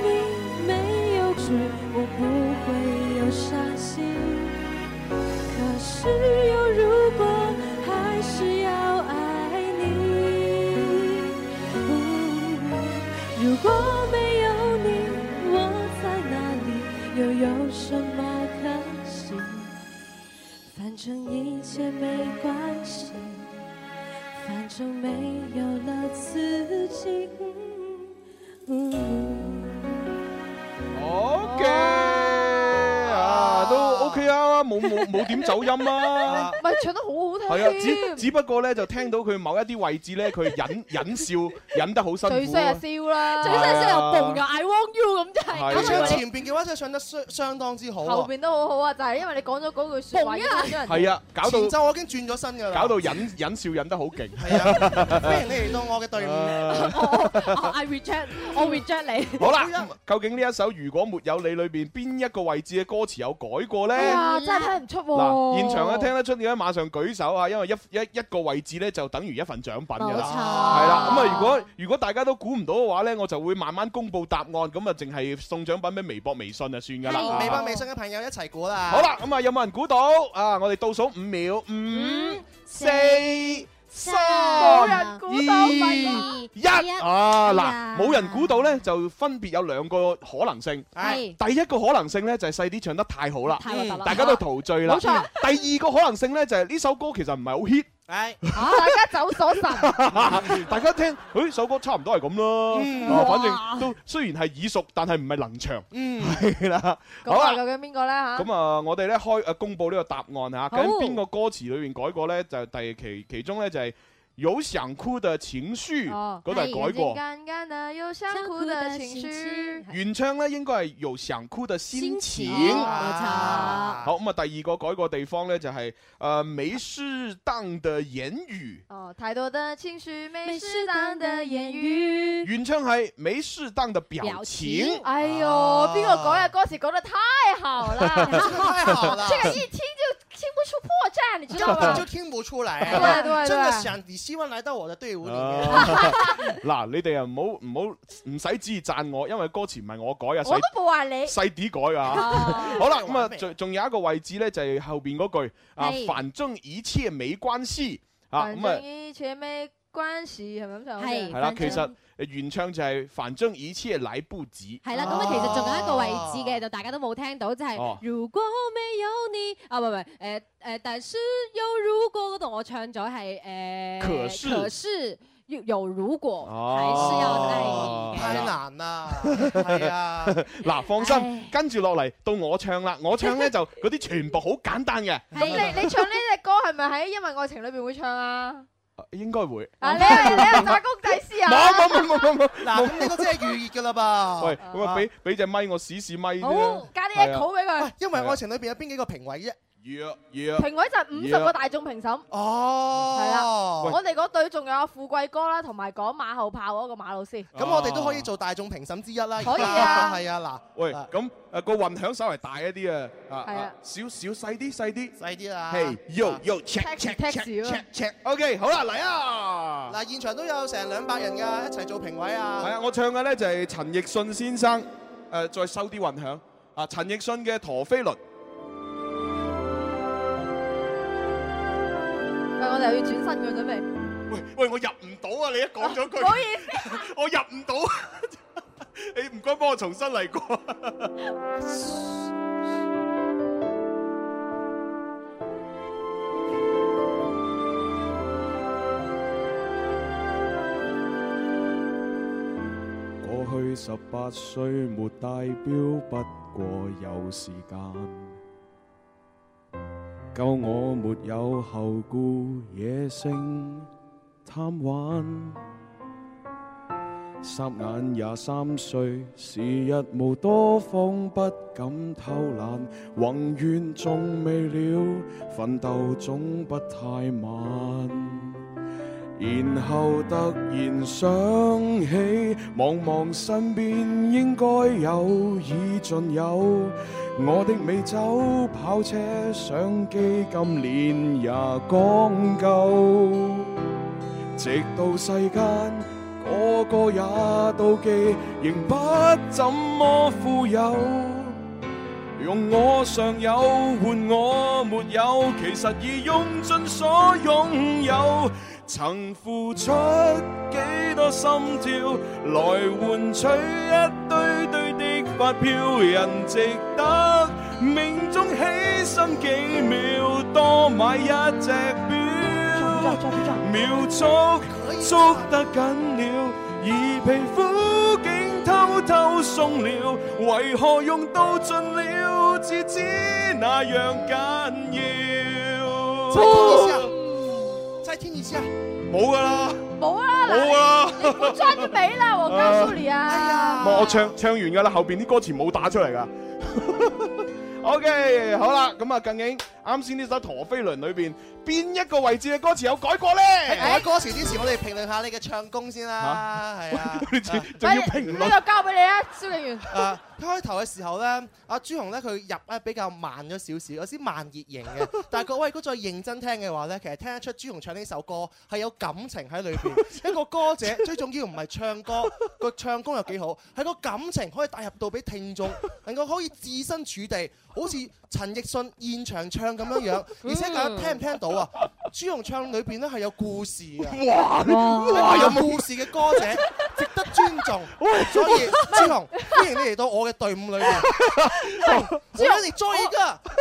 N: 你，没有去，我不会有伤心。可是有如果，还是要爱你。哦如果没有你，我在哪里，又有什么可惜？反正一切没关系，反正没有了嗯自己。
F: 嗯
N: 嗯
G: OK 啊，都 OK 啊，冇冇冇點走音啊。
F: 唔係唱得好好
G: 係
F: 聽
G: 啊，只只不過咧就聽到佢某一啲位置咧，佢忍 忍笑忍得好辛苦啊。
F: 最衰啊就笑啦，
G: 最衰就笑又蹦又
F: I want you 咁真
G: 係
H: 佢唱前邊嘅話真係唱得相相當之好啊。
F: 後邊都好好啊，就係因為你講咗嗰句説話，
G: 係啊，搞
H: 前
G: 到
H: 奏我啊已經轉咗身㗎啦。啊
G: 搞到忍忍笑忍得好勁。 啊
H: 歡迎你嚟到我嘅隊伍。
L: 我 I reject，我 reject 你。
G: 好啦，咁究竟呢一首《如果沒有你》裏邊邊一個位置嘅歌詞有改過
F: 哎呀，
G: 呢？
F: 真係聽唔出喎。
G: 嗱，現場咧聽得出嘅，馬上舉手啊！因為一一一個位置咧就等於一份獎品㗎
F: 冇錯
G: 啦，係啦。咁啊，如果如果大家都估唔到嘅話咧，我就會慢慢公布答案，咁啊，淨係送獎品俾微博、微信就算㗎啦。
H: 微博、微信嘅朋友一齊估啦。
G: 好啦，，咁啊，有冇人估到啊？我哋倒數五秒，五、四、三、
H: 冇人估到
G: 二
H: 咪呀
G: 一啊嗱，冇人估到咧，就分別有兩個可能性。
F: 係
G: 第一個可能性咧就係細啲唱得太好啦
F: 太核突啦，
G: 大家都陶醉啦。
F: 冇錯
G: 第二個可能性咧就係呢首歌其實唔係好 hit。
H: 哎
F: 大家走所神，
G: 大家聽，誒首歌差唔多係咁
F: 嗯
G: 啦，啊反正都雖然係耳熟，但係唔係能唱，
F: 嗯，
G: 係啦。
F: 咁
G: 好
F: 啊，
G: 啦，
F: 究竟邊個咧嚇？
G: 咁啊，我哋咧開誒公佈呢個答案嚇，
F: 好
G: 究竟邊個歌詞裏面改過咧？就第其其中咧就係有想哭的情緒
F: 哦，
G: 嗰度係改過。
F: 眼睛間間啊，有想哭的情緒。
G: 原唱咧應該係有想哭的心情，
F: 啊
G: 好咁啊，第二個改過地方咧就係誒沒適當的言語，
F: 哦，太多的情緒，沒適當的言語。
G: 原唱係沒適當的表情。
F: 哎呦，邊個改啊？歌詞講得太好了，
G: 太好了
F: 這個一聽就聽不出破綻，你知道
H: 根本
F: 嗎
H: 就？听不出来，啊
F: 对对哦
H: 真的
F: 对
H: 想你希望来到我的队伍里面。
G: 啊嗱，你哋啊唔好唔好唔使旨意讚我，因為歌詞唔係我改啊，
F: 我
G: 細
F: 都冇話你。
G: 細啲改噶嚇。 好啦，咁啊，仲仲有一個位置咧，就係後邊嗰句啊
F: 係，
G: 反正一切沒關係啊，
F: 反
G: 咁啊
F: 正。以前咩關係係咪咁上下？
G: 係啦，其實原唱就係反正以切來不及。
L: 係啦，咁啊，其實仲有一個位置嘅，就大家都冇聽到，就
G: 哦
L: 係如果沒有你啊，唔係唔係，誒誒，但是有如果嗰度我唱咗係誒，
G: 可是
L: 可是有有如果
G: 哦
F: 哎
L: 還是要愛你嘅，
G: 太
H: 難啦，
G: 係
H: 啊，
G: 嗱，放心，跟住落嚟到我唱啦，我唱咧就嗰啲全部好簡單嘅，
F: 咁你你唱呢隻歌係咪喺《因為愛情》裏邊會唱啊？
G: 應該會。
F: 啊，你係你係打工仔師
G: 冇
F: 啊？
G: 冇冇冇冇冇。
H: 嗱，咁呢個真係預熱㗎啦噃。
G: 喂，咁啊，俾俾隻咪我試試咪先啦
F: 好，加啲 echo 俾佢。
H: 啊因為愛情裏邊有邊幾個評委啫？
G: Yeah, yeah
F: 評委就係五十個大眾評審。
H: 哦
F: 係啦，
H: 喂
F: 我哋嗰隊仲有富貴哥啦，同埋講馬後炮嗰個馬老師。
H: 咁我哋都可以做大眾評審之一啦。
F: 可以啊
H: 係啊，
G: 喂，咁誒個混響稍微大一啲啊，啊
F: 係啊
G: 啊，少少細啲細啲
H: 細啲啊
G: 係 yo yo check
F: Taxi
G: check
F: taxi
G: check
F: 啊
G: check check，OK，好啦，嚟啊！
H: 嗱，嗱現場都有成兩百人㗎，一齊做評委啊。
G: 係啊，我唱嘅咧就係陳奕迅先生，誒、再收啲混響啊，陳奕迅嘅《陀飛輪》。
F: 喂，我哋又要轉身嘅準備。
G: 喂，我入唔到啊！你一講 咗句，
F: 唔好意思，
G: 我入唔到。 你唔該幫我重新嚟過。
R: 過去十八歲沒戴錶，不過有時間夠我沒有後顧野性貪玩。霎眼廿三歲，時日無多方，不敢偷懶，宏願仲未了，奮鬥總不太晚。然後突然想起，望望身邊應該有已盡有，我的美酒、跑車、相機，今年也講究。直到世間個個也妒忌，仍不怎麼富有。用我尚有換我沒有，其實已用盡所擁有。曾付出幾多心跳，來換取一堆堆的發票。人值得命中犧牲幾秒，多買一隻表。秒速捉得緊了，而皮膚竟偷偷鬆了，為何用到盡了，至知那樣緊要？
H: 再聽
G: 哦
H: 一下，再聽一下。
G: 冇噶啦，
F: 冇啊！嗱
G: 冇啊
F: 你你估裝咗尾啦，我告訴你啊！
G: 我我唱唱完噶啦，後邊啲歌詞冇打出嚟噶。OK，好啦，咁啊，究竟啱先呢首《陀飛輪》裏邊邊一個位置嘅歌詞有改過
F: 哎
H: 喺
G: 咧？
H: 改歌詞之前，我哋評論下你嘅唱功先啦，係啊。
G: 仲要評
F: 呢
G: 論
F: 個交俾你啊，蕭敬元。
H: 啊，開頭嘅時候咧，阿朱紅咧佢入咧比較慢咗少少，有啲慢熱型嘅。但係各位如果再認真聽嘅話咧，其實聽得出朱紅唱呢首歌係有感情喺裏邊。一個歌者最重要唔係唱歌個唱功有幾好，係個感情可以帶入到俾聽眾，能夠可以置身處地，好似陳奕迅現場唱唱咁樣樣，而且大家聽唔聽到啊？朱紅唱裏邊咧係有故事嘅，
G: 哇哇
H: 有故事嘅歌者，值得尊重。所以朱紅，歡迎你嚟到我嘅隊伍裏邊。我讓你做一個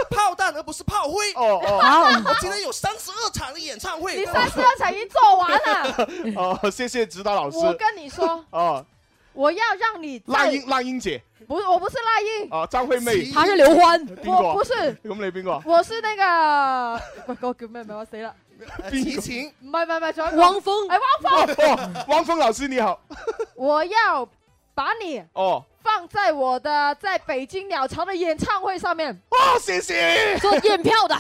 H: 炮彈，而不是炮灰。哦
G: 哦好
H: 我今天有三十二場嘅演唱會，
F: 你三十二场已經做完了。
G: 哦，谢谢指导老师。
F: 我跟你说，
G: 哦，
F: 我要让你
G: 辣英辣英姐，
F: 不是，我不是赖英，
G: 哦，张惠妹，
F: 她是劉歡
G: 邊
F: 我
G: 個
F: 不是
G: 咁你邊個啊？
F: 我是那個，喂，嗰個叫咩名？我死啦！
G: 邊個
F: 唔係唔係唔係，仲有一個
G: 汪峰
F: 哎，汪峰，
G: 哦汪峰老师你好。
F: 我要把你
G: 哦，
F: 放在我的在北京鸟巢的演唱会上面。
G: 哇，谢谢
F: 做验票 的，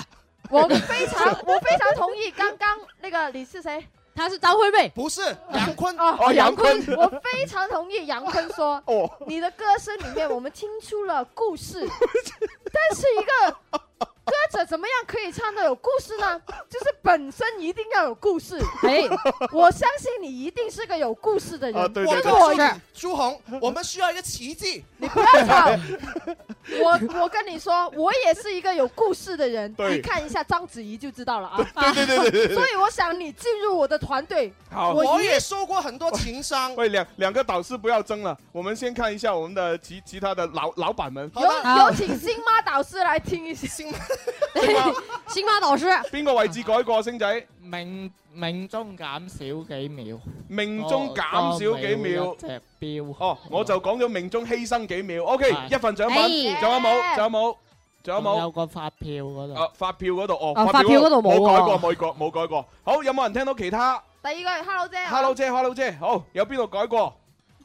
F: 我非常我非常同意刚刚那个你是谁？他是张惠妹，
H: 不是杨坤
G: 哦杨坤
F: 我非常同意杨坤说，
G: 哦，
F: 你的歌声里面我们听出了 故事，但是一个歌者怎么样可以唱到有故事呢？就是本身一定要有故事。哎，我相信你一定是个有故事的人。
H: 啊对对
F: 我
H: 对
F: 跟我一
H: 朱紅，我們需要一個奇蹟。
F: 你不要 吵，我我跟你说，我也是一个有故事的人，
H: 对
F: 你看一下章子怡就知道了啊。
G: 对对对对对对
F: 所以我想你进入我的团队，
G: 好
F: 我
G: 我
F: 一
G: 也
H: 受过很多情伤。
G: 喂，两两个导师不要争了，我们先看一下我们的其其他的老老板们。
F: 有有请星妈导师来听一下。
H: 星妈，
F: 星妈导师，
G: 邊個位置改過星仔？
S: 命命中減少幾秒，
G: 命中減少幾秒
S: 多一隻標
G: 哦，我就講咗命中犧牲幾秒。OK，
S: 係
G: 一份獎品，
S: 哎
G: 仲有冇？仲有冇？仲有
S: 仲
G: 冇
S: 有？個發票嗰度，
G: 啊，發票嗰度哦
S: 啊，發票嗰度冇
G: 冇
S: 喎
G: 改過，冇改冇改過。好，有冇人聽到其他
F: 第二個係 Hello 姐
G: ？Hello 姐，Hello 姐，好，有邊度改過？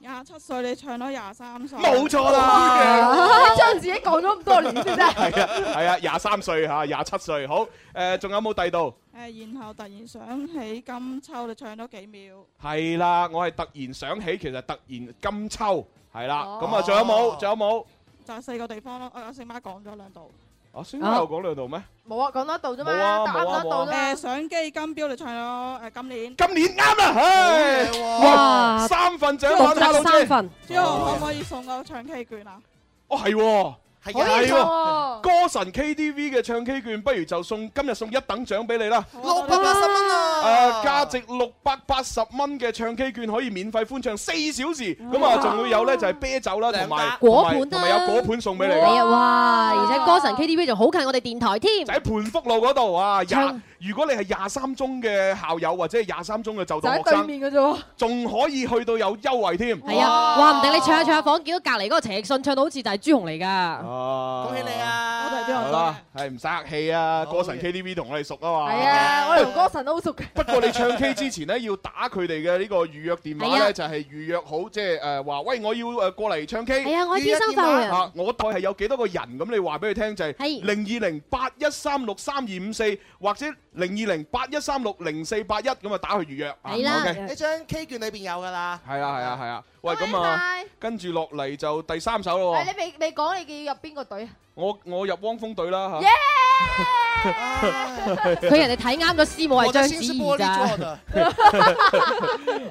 T: 廿七歲你唱到廿三歲，
G: 冇錯啦
F: 你將自己講咗咁多年先啫。
G: 係啊，係啊，廿三歲嚇，廿七歲。好，誒，仲有冇第度？
T: 誒，然後突然想起金秋，你唱咗幾秒？
G: 係啦，我係突然想起，其實突然金秋係啦。
T: 哦
G: 咁啊，仲有冇？仲有冇？
T: 就係四個地方咯。啊我阿四媽講咗兩度。
G: 啊，先有講兩度咩？
F: 冇啊，講多度啫
G: 冇啊
F: 嘛，答
G: 冇啊
F: 啱多度
T: 誒，
G: 冇
F: 啫嘛。
T: 相機金標你唱咗誒今年。
G: 今年啱啦，唉，
T: 哇
G: 三份獎品，Hello 姐，
T: 朱紅可唔可以送我唱 K 券啊？
G: 哦係喎。
T: 係
G: 係
T: 啊
G: 喎，歌神 KTV 嘅唱 K 券，不如就送今日送一等獎俾你啦，
H: 六百八十蚊
G: 誒
H: 啊！
G: 價值六百八十蚊嘅唱 K 券可以免費歡唱四小時，咁啊仲會有咧就係啤酒啦，同埋
L: 果盤啦
G: 同埋有果盤送俾你㗎。
L: 係啊，哇！而且歌神 KTV 仲好近我哋電台添。
G: 就喺盤福路嗰度啊！廿如果你係廿三中嘅校友或者係廿三中嘅就讀學
L: 就喺
G: 生，
L: 對
F: 面嘅啫
G: 仲可以去到有優惠添。
L: 係啊，話唔定你唱下唱下房，見到隔離嗰個陳奕迅唱到好似就係朱紅嚟㗎。
G: 哦！恭喜你啊！
F: 我哋
G: 好啦，係唔生氣啊！歌神 KTV 同我哋熟啊嘛。
F: 係啊，我哋同歌神都好 熟嘅。
G: 不過你唱 K 之前咧，要打佢哋嘅呢個預約電話
F: 係
G: 咧，
F: 啊
G: 就係預約好，即係誒話，喂，我要誒過嚟唱 K。
L: 係啊我係天生快活人
G: 啊
F: 嗯
G: 我台係有幾多個人咁？你話俾佢聽就係零二零八一三六三二五四，或者零二零八一三六零四八一咁啊，打去預約。啊
H: 呢
G: OK
H: 張 K 券裏邊有㗎啦。
G: 係啦，係啊，係啊。喂，咁啊
F: 嗯拜拜，
G: 跟住落嚟就第三首咯
F: 係
G: 喎。
F: 你未未講你要入邊個隊啊？
G: 我我入汪峰隊啦嚇。
F: 耶！
L: 佢人哋睇啱咗師母係章子 怡
G: 我的心 是玻璃做
L: 㗎
G: 的。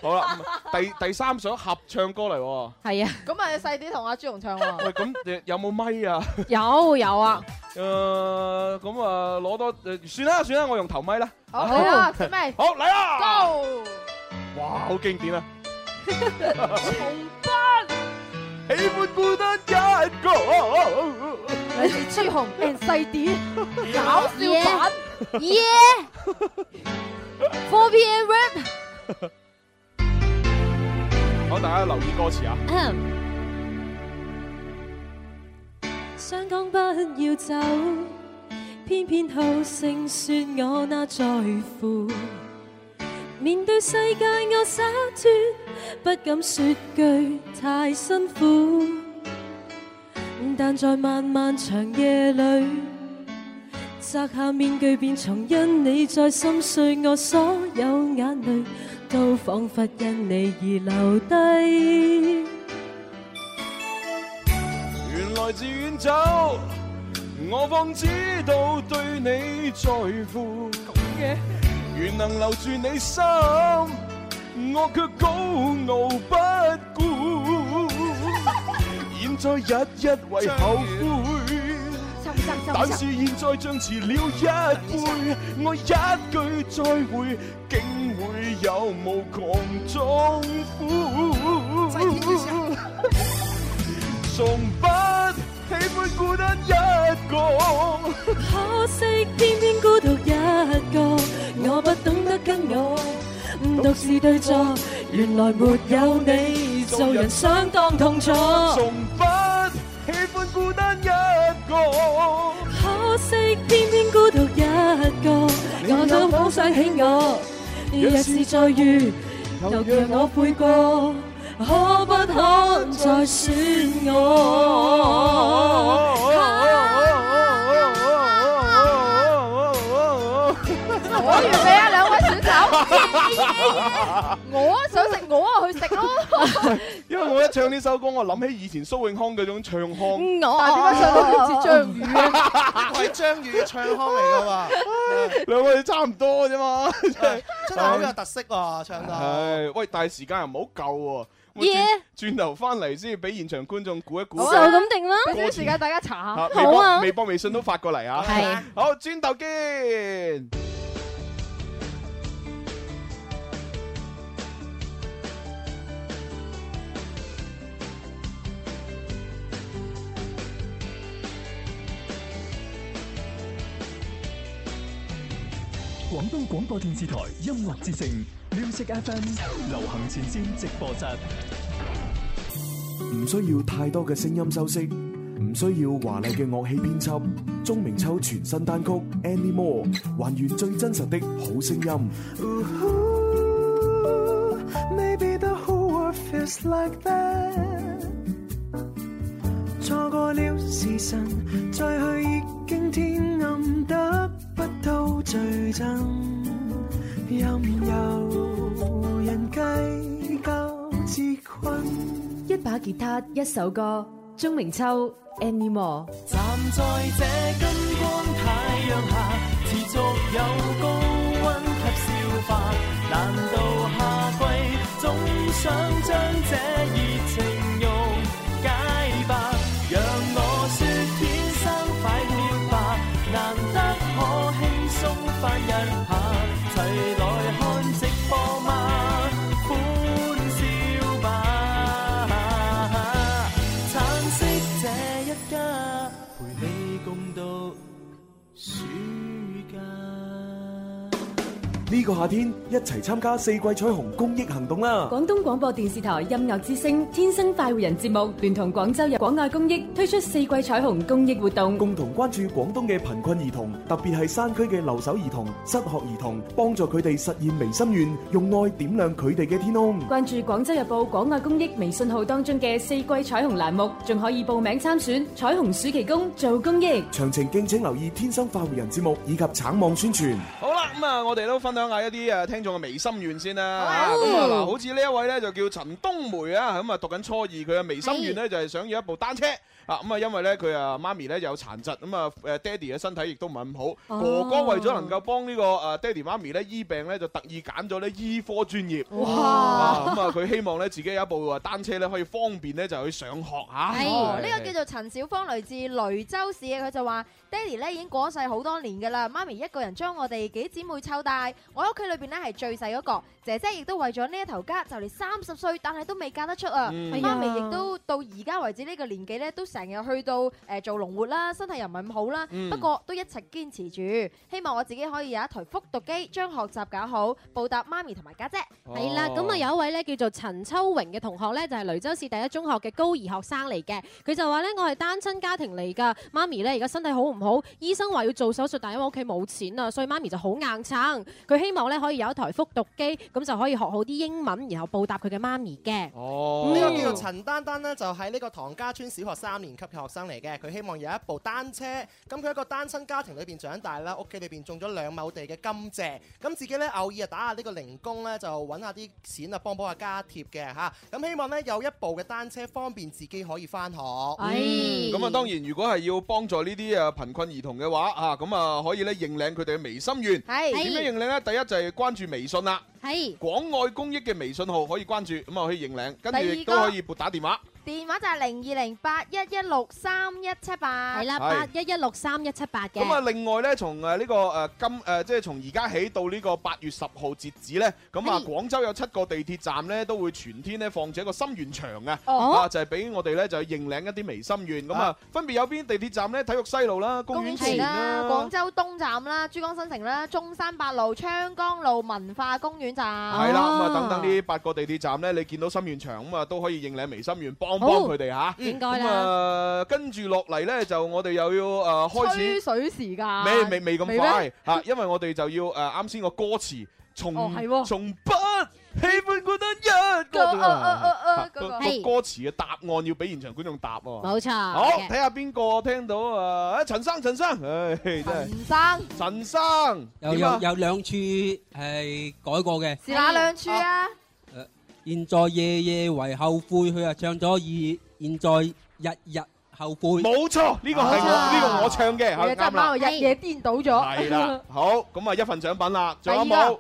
G: 好啦，啊第第三首合唱歌嚟喎。
L: 係啊，
F: 咁啊，你細啲同阿朱紅唱喎。
G: 喂，咁誒有冇咪啊？
L: 有有啊，
G: 誒咁啊，攞多誒算啦算啦，我用頭咪啦。
F: 好嚟啦，準備。
G: 好嚟啦
F: ，Go！
G: 哇，好經 典啊！
F: 重返
G: 喜歡孤單一個。
F: 嚟自朱紅 and 細啲搞笑版。
L: Yeah，Four PM rap。
G: 好，大家留意歌詞啊。
N: 想講不要走，偏偏好勝算我那在乎。面對世界我灑脱，不敢說句太辛苦。但在漫漫長夜裏，摘下面具便重因你在心碎，我所有眼淚都彷彿因你而流低。
G: 原來自遠走，我方知道對你在乎。原能留住你心，我卻高傲不顧。現在日日為後悔，
F: 收收收
D: 但是
G: 現在像遲了一倍，我一句再會，竟會有無窮壯苦。從不喜歡孤單一個。
N: 可惜偏偏孤獨一個，我不懂得跟我獨自對坐，原來沒有你，做人相當痛楚。
D: 從不喜歡孤單一個。
N: 可惜偏偏孤獨一個，我都好想起我，若是再遇，又讓我悔過。可不可再選我？
F: 我原你啊，兩位選手，我想食我啊去食咯。
G: 因為我一唱呢首歌，我諗起以前蘇永康嗰種唱腔。
L: 嗯
F: 但點解上到好似章魚
H: 啊？係章魚嘅唱腔嚟噶嘛？
G: 兩個差唔多啫嘛， 真係
H: 真係好有特色喎，唱
D: 啊
H: 得。
G: 係，嗯喂，但係時間又唔好夠喎。咁
L: Yeah
G: 轉轉頭翻嚟先，俾現場觀眾估一估。
L: 就咁定啦。
F: 俾啲時間大家查
G: 啊
F: 下。
G: 微
L: 好啊
G: 博、微博、微信都發過嚟啊！
L: 係啊
G: 好，轉頭見。
A: 廣東廣播電視台音樂之聲 Music FM 流行前線直播室。
B: 唔需要太多嘅聲音修飾，唔需要華麗嘅樂器編輯，鐘明秋全新單曲《Anymore》還原最真實的好聲音。
I: Maybe the whole world feels like that。錯過了時辰，再去已經天暗，得不到最真。任由人計較自困。
M: 一把吉他，一首歌，鍾明秋，Anymore。
D: 站在這金光太陽下，持續有高温及消化。難道夏季總想將這熱情溶解吧？讓我説天生快活吧，難得可輕鬆翻一下，齊來看直播嗎？歡笑吧，橙色這一家，陪你共度暑假。
B: 呢個夏天一齊參加四季彩虹公益行動啦！
C: 廣東廣播電視台音樂之聲《天生快活人》節目聯同廣州日廣愛公益推出四季彩虹公益活動，
B: 共同關注廣東嘅貧困兒童，特別係山區嘅留守兒童、失學兒童，幫助佢哋實現微心願，用愛點亮佢哋嘅天空。
C: 關注廣州日報廣愛公益微信號當中嘅四季彩虹欄目，仲可以報名參選彩虹暑期工做公益。
B: 詳情敬請留意《天生快活人》節目以及橙網宣傳。
G: 好啦，咁啊，我哋都分享下一啲誒聽眾嘅微心願先啦。
B: 好
G: 咁啊，嗱，好似呢一位咧就叫陳冬梅啊，咁啊讀緊初二，佢嘅微心願咧就係想要一部單車。啊咁啊，因為咧佢啊媽咪咧有殘疾，咁啊誒爹哋嘅身體亦都唔係咁好。
B: 哦
G: 哥哥為咗能夠幫呢個誒爹哋媽咪咧醫病咧，就特意揀咗咧醫科專業。
D: 哇
G: 啊咁啊，佢希望咧自己有一部啊單車咧可以方便咧就去上學啊嚇。
F: 係哎哦呢個叫做陳小芳，嚟自雷州市嘅，佢就話：爹哋咧已經過咗世好多年㗎啦，媽咪一個人將我哋幾姊妹湊大，我喺屋企裏邊咧係最細嗰個，姐姐亦都為咗呢一頭家就嚟三十歲，但係都未嫁得出啊！
D: 嗯
F: 媽
D: 哎
F: 咪
D: 呀
F: 亦都到而家為止呢個年紀咧，都成日去到誒做農活啦，身體又唔係咁好啦，
D: 嗯
F: 不過都一直堅持住，希望我自己可以有一台復讀機，將學習搞好，報答媽咪同埋家姐。
L: 係啦，咁啊有一位咧叫做陳秋榮嘅同學咧，就係雷州市第一中學嘅高二學生嚟嘅。佢就話咧：我係單親家庭嚟㗎，媽咪咧而家身體好唔好？醫生話要做手術，但係因為屋企冇錢啊，所以媽咪就好硬撐。佢希望咧可以有一台復讀機，咁就可以學好啲英文，然後報答佢嘅媽咪嘅。
G: 哦
F: 啊
H: 呢個叫做陳丹丹呢，就喺呢個唐家村小學三年級嘅學生嚟嘅。佢希望有一部單車，咁佢喺一個單親家庭裏邊長大啦，屋企裏邊種咗兩畝地嘅甘蔗，咁自己呢，偶爾啊打下呢個零工呢，就揾下啲錢啊幫補下家貼嘅嚇。咁希望呢，有一部嘅單車方便自己可以翻學。
G: 嗯咁啊，當然如果係要幫助呢啲誒貧困兒童嘅話啊，咁啊可以咧認領佢哋嘅微心願。
F: 係
G: 點樣認領咧？第一就係關注微信啦，
L: 係
G: 廣愛公益嘅微信號可以關注，咁啊可以認領，跟住亦
F: 第
G: 都
F: 二個
G: 可以撥打電話。
F: 電話就係零二零八一一六三一七八，
L: 係啦，八
G: 係
L: 一一六三一七八嘅。
G: 咁啊，另外咧，從誒呢個誒今誒，即係從而家起到呢個八月十號截止咧，咁啊，廣州有七個地鐵站咧都會全天咧放置一個心願牆嘅，
L: 哦
G: 啊，就係俾我哋咧就認領一啲微心願。咁啊
H: 啊，
G: 分別有邊啲地鐵站咧？體育西路啦，公園前
F: 啦，
G: 啦，
F: 廣州東站啦，珠江新城啦，中山八路、昌江路文化公園站，
G: 係
F: 係
G: 啦，咁啊，等等呢八個地鐵站咧，你見到心願牆咁啊，都可以認領微心願，幫幫
F: 好
G: 佢哋嚇。
F: 應該啦
G: 咁啊，跟住落嚟咧，就我哋又要誒開始
F: 吹。水時間，
G: 未未未咁快
F: 咩
G: 嚇，因為我哋就要誒啱先個歌詞從
F: 哦係喎
G: 從不喜歡孤單一個啊
F: 嗰個哦哦哦
G: 嚇
F: 嗰個
G: 個
F: 係啊
G: 歌詞嘅答案要俾現場觀眾答喎。
L: 冇錯
G: 好，
L: 嘅
G: 睇下邊個聽到啊？啊，陳生，陳生，唉，真係
F: 陳生，
G: 陳生，
U: 有
G: 點啊
U: 有有兩處係改過嘅。
F: 是哪兩處啊？
U: 現在夜夜為後悔，佢啊唱咗以現在日日後悔。
G: 冇錯，呢個係我呢個我唱嘅，係
F: 有隻
G: 啱
F: 貓
G: 啦，
F: 日夜顛倒咗，
G: 係啦，好，咁啊一份獎品啦，仲有
U: 第二
G: 冇
U: 個？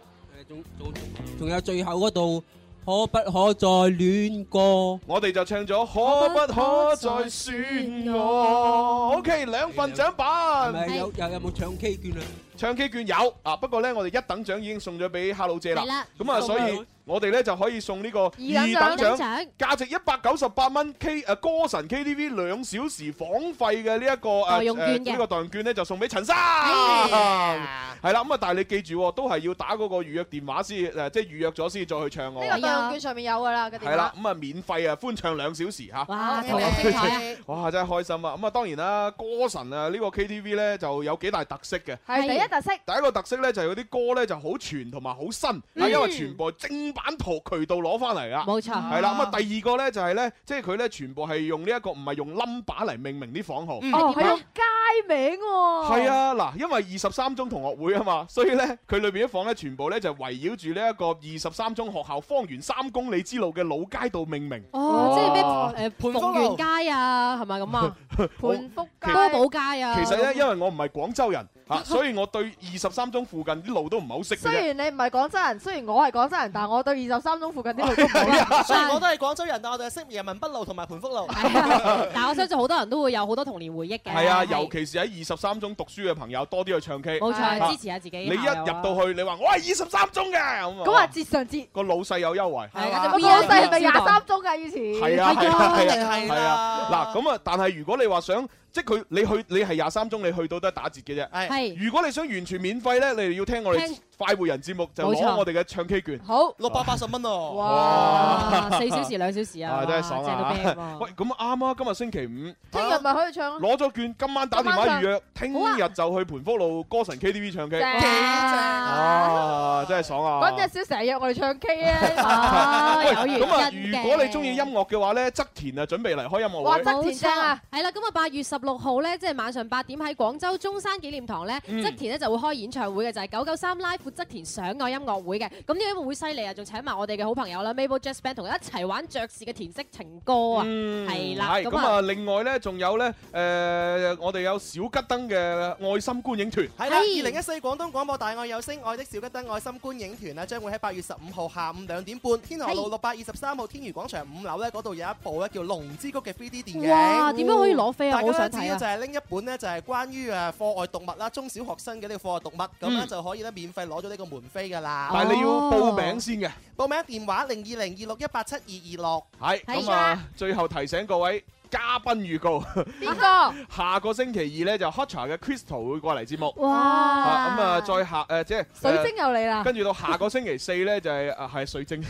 U: 仲有最後嗰度，可不可再戀過？
G: 我哋就唱咗可不可再選我？OK，兩份獎
U: 係
G: 品
U: 咪。有有有冇唱 K 券啊？
G: 唱 K 券有啊，不過咧我哋一等獎已經送咗俾 Hello 姐啦
U: 係啦，
G: 咁啊
U: 送
G: 所
U: 啦
G: 以我哋咧就可以送呢個二
U: 二
G: 等
U: 等
G: 獎
U: 獎，
G: 價值一百九十八蚊 K 誒歌神 KTV 兩小時房費嘅呢一個
L: 代用券
G: 誒
L: 嘅
G: 呢個代用券咧就送俾陳生，
H: 哎
L: 呀
G: 係啦咁啊，但係你記住喎都係要打嗰個預約電話先誒，即係預約咗先再去唱我
F: 呢。個代用券上面有噶啦，個電
G: 係啦
F: 話，，
G: 咁啊免費啊歡唱兩小時嚇，
F: 哇真係精彩啊
G: 哇真係開心啊！咁啊當然啦，歌神啊呢個 KTV 咧就有幾大特色嘅，
F: 係第一特色，
G: 第一個特色咧就係嗰啲歌咧就好全同埋好新，啊
F: 嗯
G: 因為全部係正版途渠道攞翻嚟噶。
L: 冇錯
G: 係啦，咁啊第二個咧就係咧，即係佢咧全部係用呢一個唔係用 number 嚟命名啲房號。
F: 哦，係用街名喎，
G: 係，啊，嗱，因為二十三中同學會啊嘛，所以咧佢裏邊啲房咧全部咧就圍繞住呢一個二十三中學校方圓三公里之路嘅老街道命名。
L: 哦，即係咩誒逢源街啊，係咪咁啊？
F: 盤福
G: 其
L: 多寶街啊。
G: 其實咧，因為我唔係廣 州人嚇，所以我對二十三中附近啲路都唔係好識 嘅
F: 雖
G: 啫。
F: 然你唔係廣州人，雖然我係廣州人，但我對二十三中附近啲路都唔好 啊，
H: 雖然我都係廣州人，但我哋係識人民北路同埋盤福路。
L: 但我相信好多人都會有好多童年回憶嘅。
G: 係啊，尤其是喺二十三中讀書嘅朋友，多啲去唱 K。
L: 冇錯
G: 啊
L: 支持下自己
G: 你一入到去，你話我係二十三中嘅啊咁啊。
F: 咁啊節上節，
G: 個老細有優惠。
F: 係啊，我老細係咪廿三中㗎以前？
G: 係啊，係啊，係啊，係啊。嗱，咁啊，但係如果你話想，即係佢你去你係廿三中，你去到都係打折嘅啫。
H: 係
G: 如果你想完全免費咧，你哋要聽我哋
H: 聽
G: 快活人節目，就
H: 冇錯
G: 攞我哋嘅唱 K 券。
F: 好，
H: 六百八十蚊喎。
L: 哇，四小時兩小時啊，
G: 啊，真係爽
L: 正 到咩
G: 啊！喂，咁啱啊，今日星期五。
F: 聽日咪可以唱咯，
G: 攞咗券，今晚打電話預約，聽日就去盤福路歌神 KTV 唱 K。
F: 正
G: 啊，真係爽啊！
F: 嗰陣時成日約我哋唱 K 啊，
G: 喂咁啊，如果你中意音樂嘅話咧，側田啊準備嚟開音樂會。
L: 冇錯，係啦，咁啊八月十六號咧，即係晚上八點喺廣州中山紀念堂咧，
G: 嗯
L: 側田咧就會開演唱會嘅，就係九九三 Live 側田想愛音樂會嘅。咁呢個音樂會犀利啊，仲請埋我哋嘅好朋友啦，Maple Jazz Band 同佢一齊玩爵士嘅填色情歌啊，係啦，
G: 嗯係咁啊，另外咧仲有咧，誒我哋有小吉燈嘅愛心觀影團。
H: 係啦，二零一四廣東廣播大愛有聲愛的小吉燈愛心觀影團咧，將會喺八月十五號下午兩點半，天河路六百二十三號天娛廣場五樓咧，嗰度有一部咧叫《龍之谷》嘅 3D 電影。
L: 哇點樣可以攞飛啊
H: 嗯大家
L: 我好想睇啊
H: 只要就係拎一本呢，就係關於誒課外讀物啦，中小學生嘅呢個課外讀物，咁咧
G: 嗯
H: 就可以咧免費攞咗呢個門飛㗎啦。
G: 但係你要報名先嘅。
H: 報名電話零二零二六一八七二二六。
G: 係咁啊，最後提醒各位嘉賓預告。
F: 邊個？
G: 下個星期二咧就 Hotcha 嘅 Crystal 會過嚟節目，
F: 哇
G: 啊咁啊再下誒即係
F: 水晶又嚟啦
G: 呃跟住到下個星期四咧就係啊係水晶，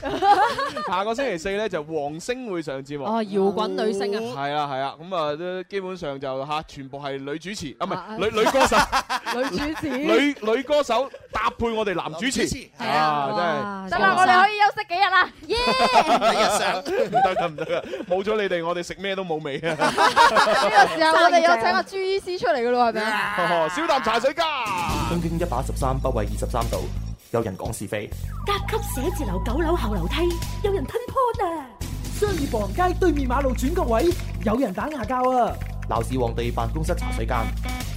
G: 下個星期四咧就黃星會上節目，
L: 哦搖滾女星啊
G: 係啦係啦，咁啊都基本上就嚇全部係女主持，啊唔
L: 啊
G: 係女女歌手，
F: 女主持
G: 女女歌手搭配我哋男主持，
F: 係啊
G: 啊真係
F: 得啦，我哋可以休息幾日啦，耶！
G: 唔得㗎唔得㗎，冇咗你哋我哋食咩都冇味啊！
F: 呢個時候我哋有請阿朱醫師出嚟噶咯，係咪啊？
G: 小啖茶水家。
V: 東經一百一十三，不為二十三度。有人講是非，
W: 甲級寫字樓九樓後樓梯有人吞 p 啊！商業步行街對面馬路轉角位有人打牙鉸啊！
V: 鬧市皇帝辦公室茶水間，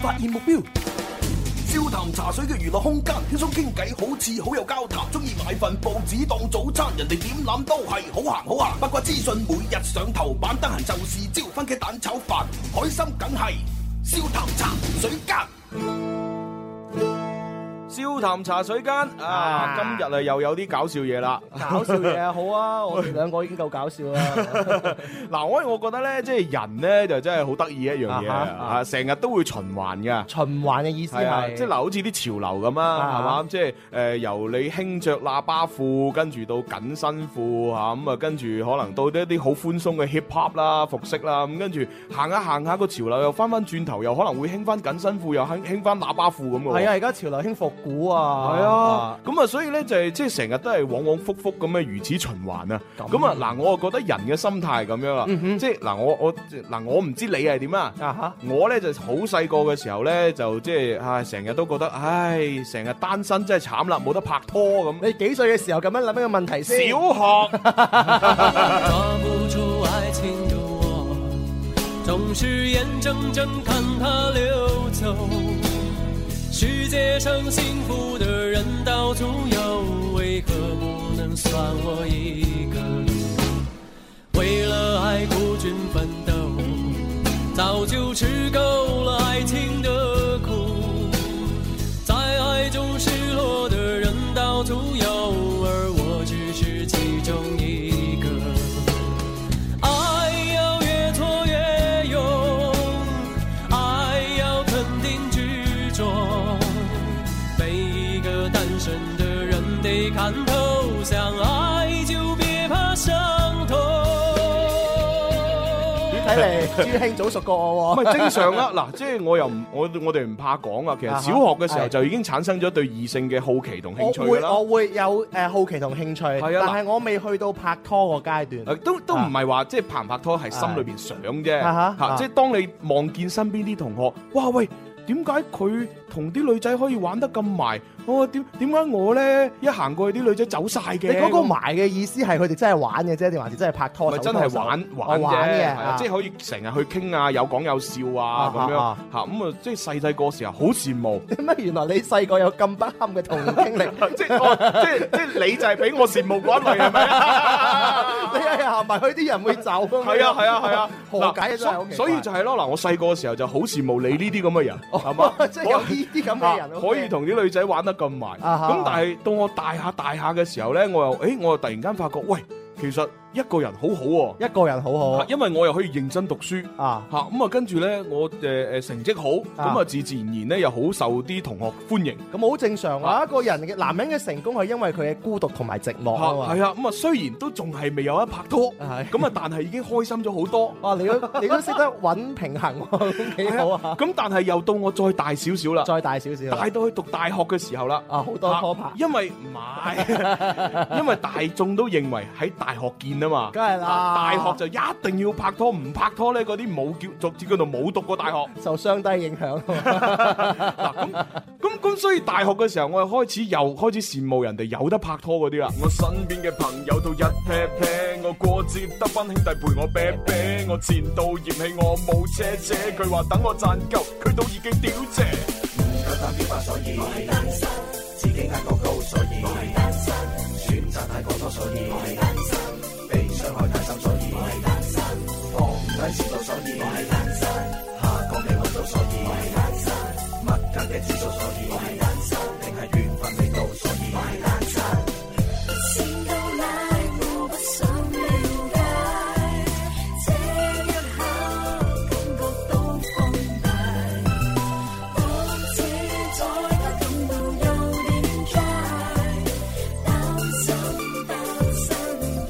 W: 發現目標。
X: 笑談茶水嘅娛樂空間，輕鬆傾偈好似好有交談。中意買份報紙當早餐，人哋點諗都係好行好行。八卦資訊每日上頭版，得閒就是招番茄蛋炒飯，開心梗係笑談茶水間。
G: 笑談茶水間啊，今日啊又有啲搞笑嘢 啦，
H: 搞笑嘢啊好啊，我哋兩個已經夠搞笑啦。
G: 嗱，我我覺得咧，即係人咧就真係好得意一樣嘢
H: 啊
G: 啊
H: 哈
G: 啊，成日都會循環㗎。
H: 循環嘅意思
G: 係啊，
H: 係
G: 即係嗱，好似啲潮流咁啊，
H: 啊
G: 係嘛？即係誒，由你輕着喇叭褲，跟住到緊身褲嚇，咁啊，跟住可能到一啲好寬鬆嘅 hip hop 啦、服飾啦，咁跟住行下行下個潮流又翻翻轉頭，又可能會興翻緊身褲，又興興翻喇叭褲咁嘅喎。
H: 係啊，而家潮流興復古啊。
G: 係啊，咁啊，所以咧就係即係成日都係往往復復咁樣如此循環啊。咁啊，嗱，我啊覺得人嘅心態係咁樣啦，啊
H: 嗯
G: 即係嗱，我我嗱，我唔知你係點啊。我咧就好細個嘅時候咧，就即係唉，成日都覺得唉，成日單身真係慘啦，冇得拍拖咁。
H: 你幾歲嘅時候咁樣諗一個問題先？
G: 小
H: 學。
Q: 抓不住爱情的我，总是眼睁睁看它溜走。世界上幸福的人到处有，为何不能算我一个？为了爱孤军奋斗，早就吃够了爱情的苦。在爱中失落的人到处有，而我只是其中一个。爱要越挫越勇，爱要肯定执着。每一个单身的人得看透，想爱就别怕伤痛。
H: 睇嚟朱兄早熟過我
G: 唔
H: 喎。
G: 係正常啦， 嗱，即係我又唔，我我哋唔怕講啊。其實
H: 啊哈
G: 小學嘅時候
H: 係
G: 就已經產生咗對異性嘅好奇同興趣
H: 我
G: 㗎
H: 會
G: 啦。
H: 我會有誒好奇同興趣，
G: 啊嗱
H: 但係我未去到拍拖個階段。
G: 誒呃都都唔係話即係拍唔拍拖，係心裏邊想啫
H: 啊哈
G: 嚇。
H: 啊
G: 即係當你望見身邊啲同學，哇喂，點解佢同啲女仔可以玩得咁埋？我點點解我咧一行過去啲女仔走晒
H: 你
G: 嘅？
H: 嗰個埋嘅意思係佢哋真係玩嘅啫，定還是真係拍拖？
G: 咪
H: 手
G: 真
H: 拖
G: 係
H: 手
G: 玩
H: 我
G: 玩啫，係
H: 嘅，
G: 啊
H: 啊
G: 即係可以成日去傾啊，有講有笑啊
H: 啊
G: 咁樣
H: 啊
G: 嚇。咁啊，即係細細個時候好羨慕，
H: 乜原來你細個有咁不堪嘅童年經歷，
G: 即係我即係即係你就係俾我羨慕嗰一類係 咪啊？
H: 你係行埋去啲人會走㗎嘛。
G: 係啊係啊係啊，
H: 何解啊真係
G: 嗱
H: 好奇怪
G: 所所以就係咯，嗱，我細個嘅時候就好羨慕你呢啲咁嘅人，係嘛？
H: 即係有呢啲咁嘅人
G: 啊可以同啲女仔玩得咁埋。
H: 啊哈
G: 咁但係到我大下大下嘅時候咧，我又誒，我又突然間發覺，喂，其實一個人好好喎。
H: 一個人好好
G: 啊。因為我又可以認真讀書
H: 啊，
G: 嚇咁啊，跟住咧我誒誒成績好，咁啊
H: 啊
G: 自自然然咧又好受啲同學歡迎。
H: 咁好正常啊！一個人嘅男人嘅成功係因為佢嘅孤獨同埋寂寞啊嘛。
G: 係啊，咁啊雖然都仲係未有得拍拖，咁啊但係已經開心咗好多。
H: 啊，你 都你都識得揾平衡喎，幾好啊！
G: 咁但係又到我再大少少啦，
H: 再大少少，
G: 大到去讀大學嘅時候啦，
H: 啊好多拖拍
G: 因為唔 係，因為大眾都認為喺大學見啊嘛，
H: 梗係啦
G: 啊大學就一定要拍拖，唔拍拖咧嗰啲冇叫俗字叫做冇讀過大學。
H: 受相低影 響。
G: 哦咁咁所以大學嘅時候，我又開始又開始羨慕人哋有得拍拖嗰啲啦。
Y: 我身邊嘅朋友都一 pair pair，我過節得班兄弟陪我啤啤，我前度嫌棄我冇車車，佢話等我賺夠，佢都已經屌謝。唔夠膽表白，所以我係單身；自己眼光高，所以我係單身；選擇太過多，所以我係單身；被傷害太深，所以我係單身；放唔低前度，所以我係單身；下個未揾到，所以我係單身；物價嘅指數，所以我係單身；定係緣分未到，所以我係單身。
I: 線到拉，我不想了解。這一刻感覺都放大，我只再不感到有點 dry，擔心單身的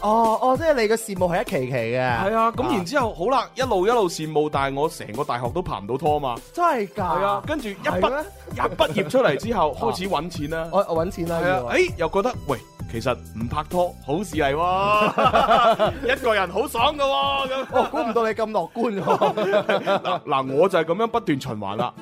H: 哦哦，即係你嘅事務係一期期嘅。
G: 係啊，咁然之後好啦，一路一路羨慕，但係我成個大學都拍唔到拖嘛。
H: 真係㗎。
G: 係啊，跟
Y: 啊
G: 住一畢一畢業出嚟之後，開始揾錢啦。
H: 我我揾錢啦。
G: 啊係啊，誒又覺得喂其實唔拍拖好事嚟喎， 一個人好爽噶喎咁。
H: 哦，估唔到你咁樂觀 喎。
G: 嗱嗱，我就係咁樣不斷循環啦。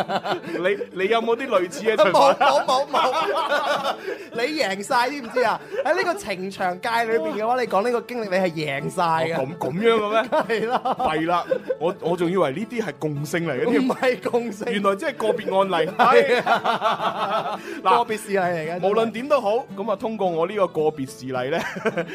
G: 你你有冇啲類似嘅循 環？
H: 冇
G: 哦
H: 冇冇冇， 你贏晒知唔知啊？喺呢個情場界裏邊嘅話，你講呢個經歷你係啊贏晒嘅。
G: 咁哦咁樣嘅咩？
H: 係啦，
G: 弊啦！我我仲以為呢啲係共性嚟嘅添，
H: 唔係 共性，啊
G: 原來即係個別案例。哎嗱，
H: 個別事例嚟嘅。
G: 無論點都好，咁啊通過我呢個個別事例 咧，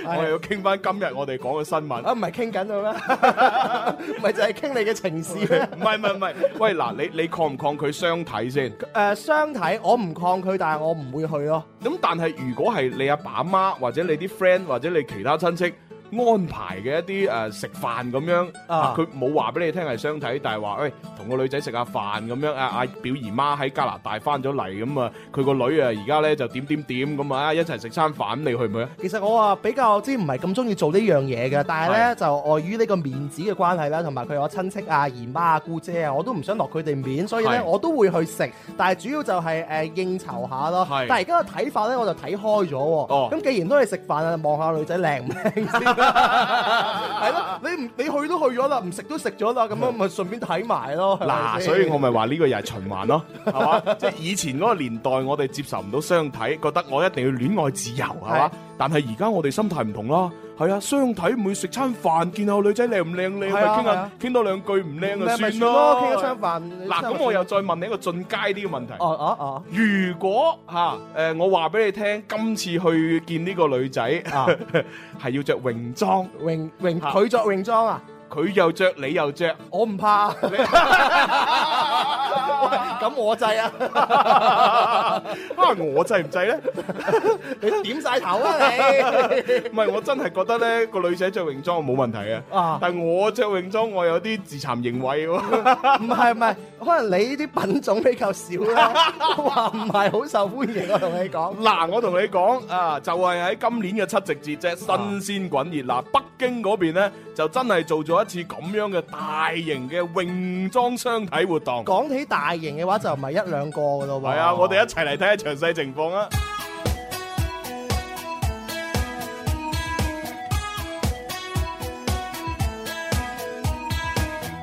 G: 我又要傾翻今日我哋講嘅新聞。
H: 啊啊，唔係傾緊 嘅咩？咪就係傾你嘅情史咩？
G: 唔係唔係唔係，喂嗱，你你抗唔抗拒相睇先？
H: 誒，相睇我唔抗拒，但係我唔會去咯。
G: 咁但係如果係你阿爸阿媽或者你啲 friend 或者你其他親戚安排嘅一啲誒、呃食飯咁樣，啊佢冇話俾你聽係相睇，但係話喂同個女仔食下飯咁樣啊，阿表姨媽喺加拿大翻咗嚟咁啊，佢個女啊而家咧就點點點咁啊，一齊食餐飯，你去唔去啊？
H: 其實我啊比較之唔係咁中意做呢樣嘢嘅，但係
G: 係
H: 呢，就礙於呢個面子嘅關係啦，同埋佢有親戚啊、姨媽啊、姑姐啊，我都唔想落佢哋面，所以呢
G: 係，
H: 我都會去食，但係主要就係、誒、應酬下咯。
G: 係
H: 但係而家嘅睇法呢，我就睇開咗喎。
G: 哦
H: 咁既然都係食飯啊，望下女仔靚唔靚先。 係咯，你唔你去都去咗啦，唔食都食咗啦，咁樣咪順便睇埋咯。係咪
G: 嗱，
H: 先
G: 所以我咪話呢個又係循環咯，係嘛？即係以前嗰個年代，我哋接受唔到相睇，覺得我一定要戀愛自由，係嘛
H: 係？
G: 但係而家我哋心態唔同啦，係啊，相睇每食餐飯，見下個女仔靚唔靚，你咪
H: 係啊
G: 傾
H: 係
G: 下
H: 啊
G: 傾多兩句，唔靚
H: 咪
G: 就
H: 咪
G: 算
H: 咯，
G: 咯。
H: 傾一餐飯。
G: 嗱，咁我又再問你一個進階啲嘅問題。
H: 哦哦哦。
G: 如果嚇誒，我話俾你聽，今次去見呢個女仔
H: 啊
G: 係要着泳裝，
H: 泳泳佢着泳裝啊，
G: 佢又着，你又着。
H: 我唔怕。咁我制啊！
G: 啊，我制唔制咧？
H: 你點晒頭啊你！
G: 唔係，我真係覺得咧個女仔着泳裝冇問題嘅，
H: 啊
G: 但係我着泳裝我有啲自慚形穢喎。
H: 唔係唔係，可能你呢啲品種比較少啦，話唔係好受歡迎。我同你講，
G: 嗱，我同你講啊，就係喺今年嘅七夕節啫，新鮮滾熱辣。北京嗰邊咧就真係做咗一次咁樣嘅大型嘅泳裝相睇活動。
H: 講起大型嘅話就唔係一兩個噶咯喎。
G: 係啊，我哋一齊嚟睇下詳細情況啊！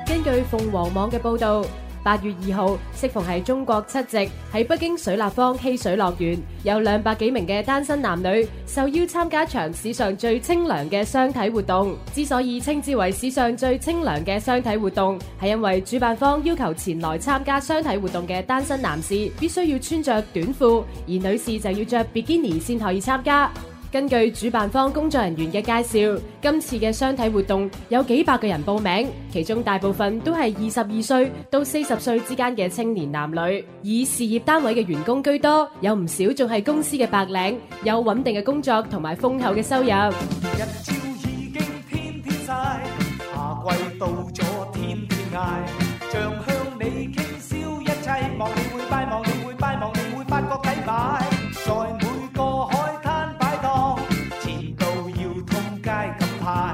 L: 根據鳳凰網嘅報導，八月二號，適逢係中國七夕，喺北京水立方嬉水樂園，有兩百幾名嘅單身男女受邀參加一場史上最清涼嘅相睇活動。之所以稱之為史上最清涼嘅相睇活動，係因為主辦方要求前來參加相睇活動嘅單身男士必須要穿着短褲，而女士就要着比基尼先可以參加。根據主辦方工作人員嘅介紹，今次嘅相睇活動有幾百個人報名，其中大部分都係二十二歲到四十歲之間嘅青年男女，以事業單位嘅員工居多，有唔少仲係公司嘅白領，有穩定嘅工作同埋豐厚嘅收
I: 一
L: 入。
I: 朝已經天天晒，夏季到咗天天嗌，像香你傾銷一切，望你會拜，望你會拜，望你會發覺抵買，在每個海灘擺檔，前度要通街咁派，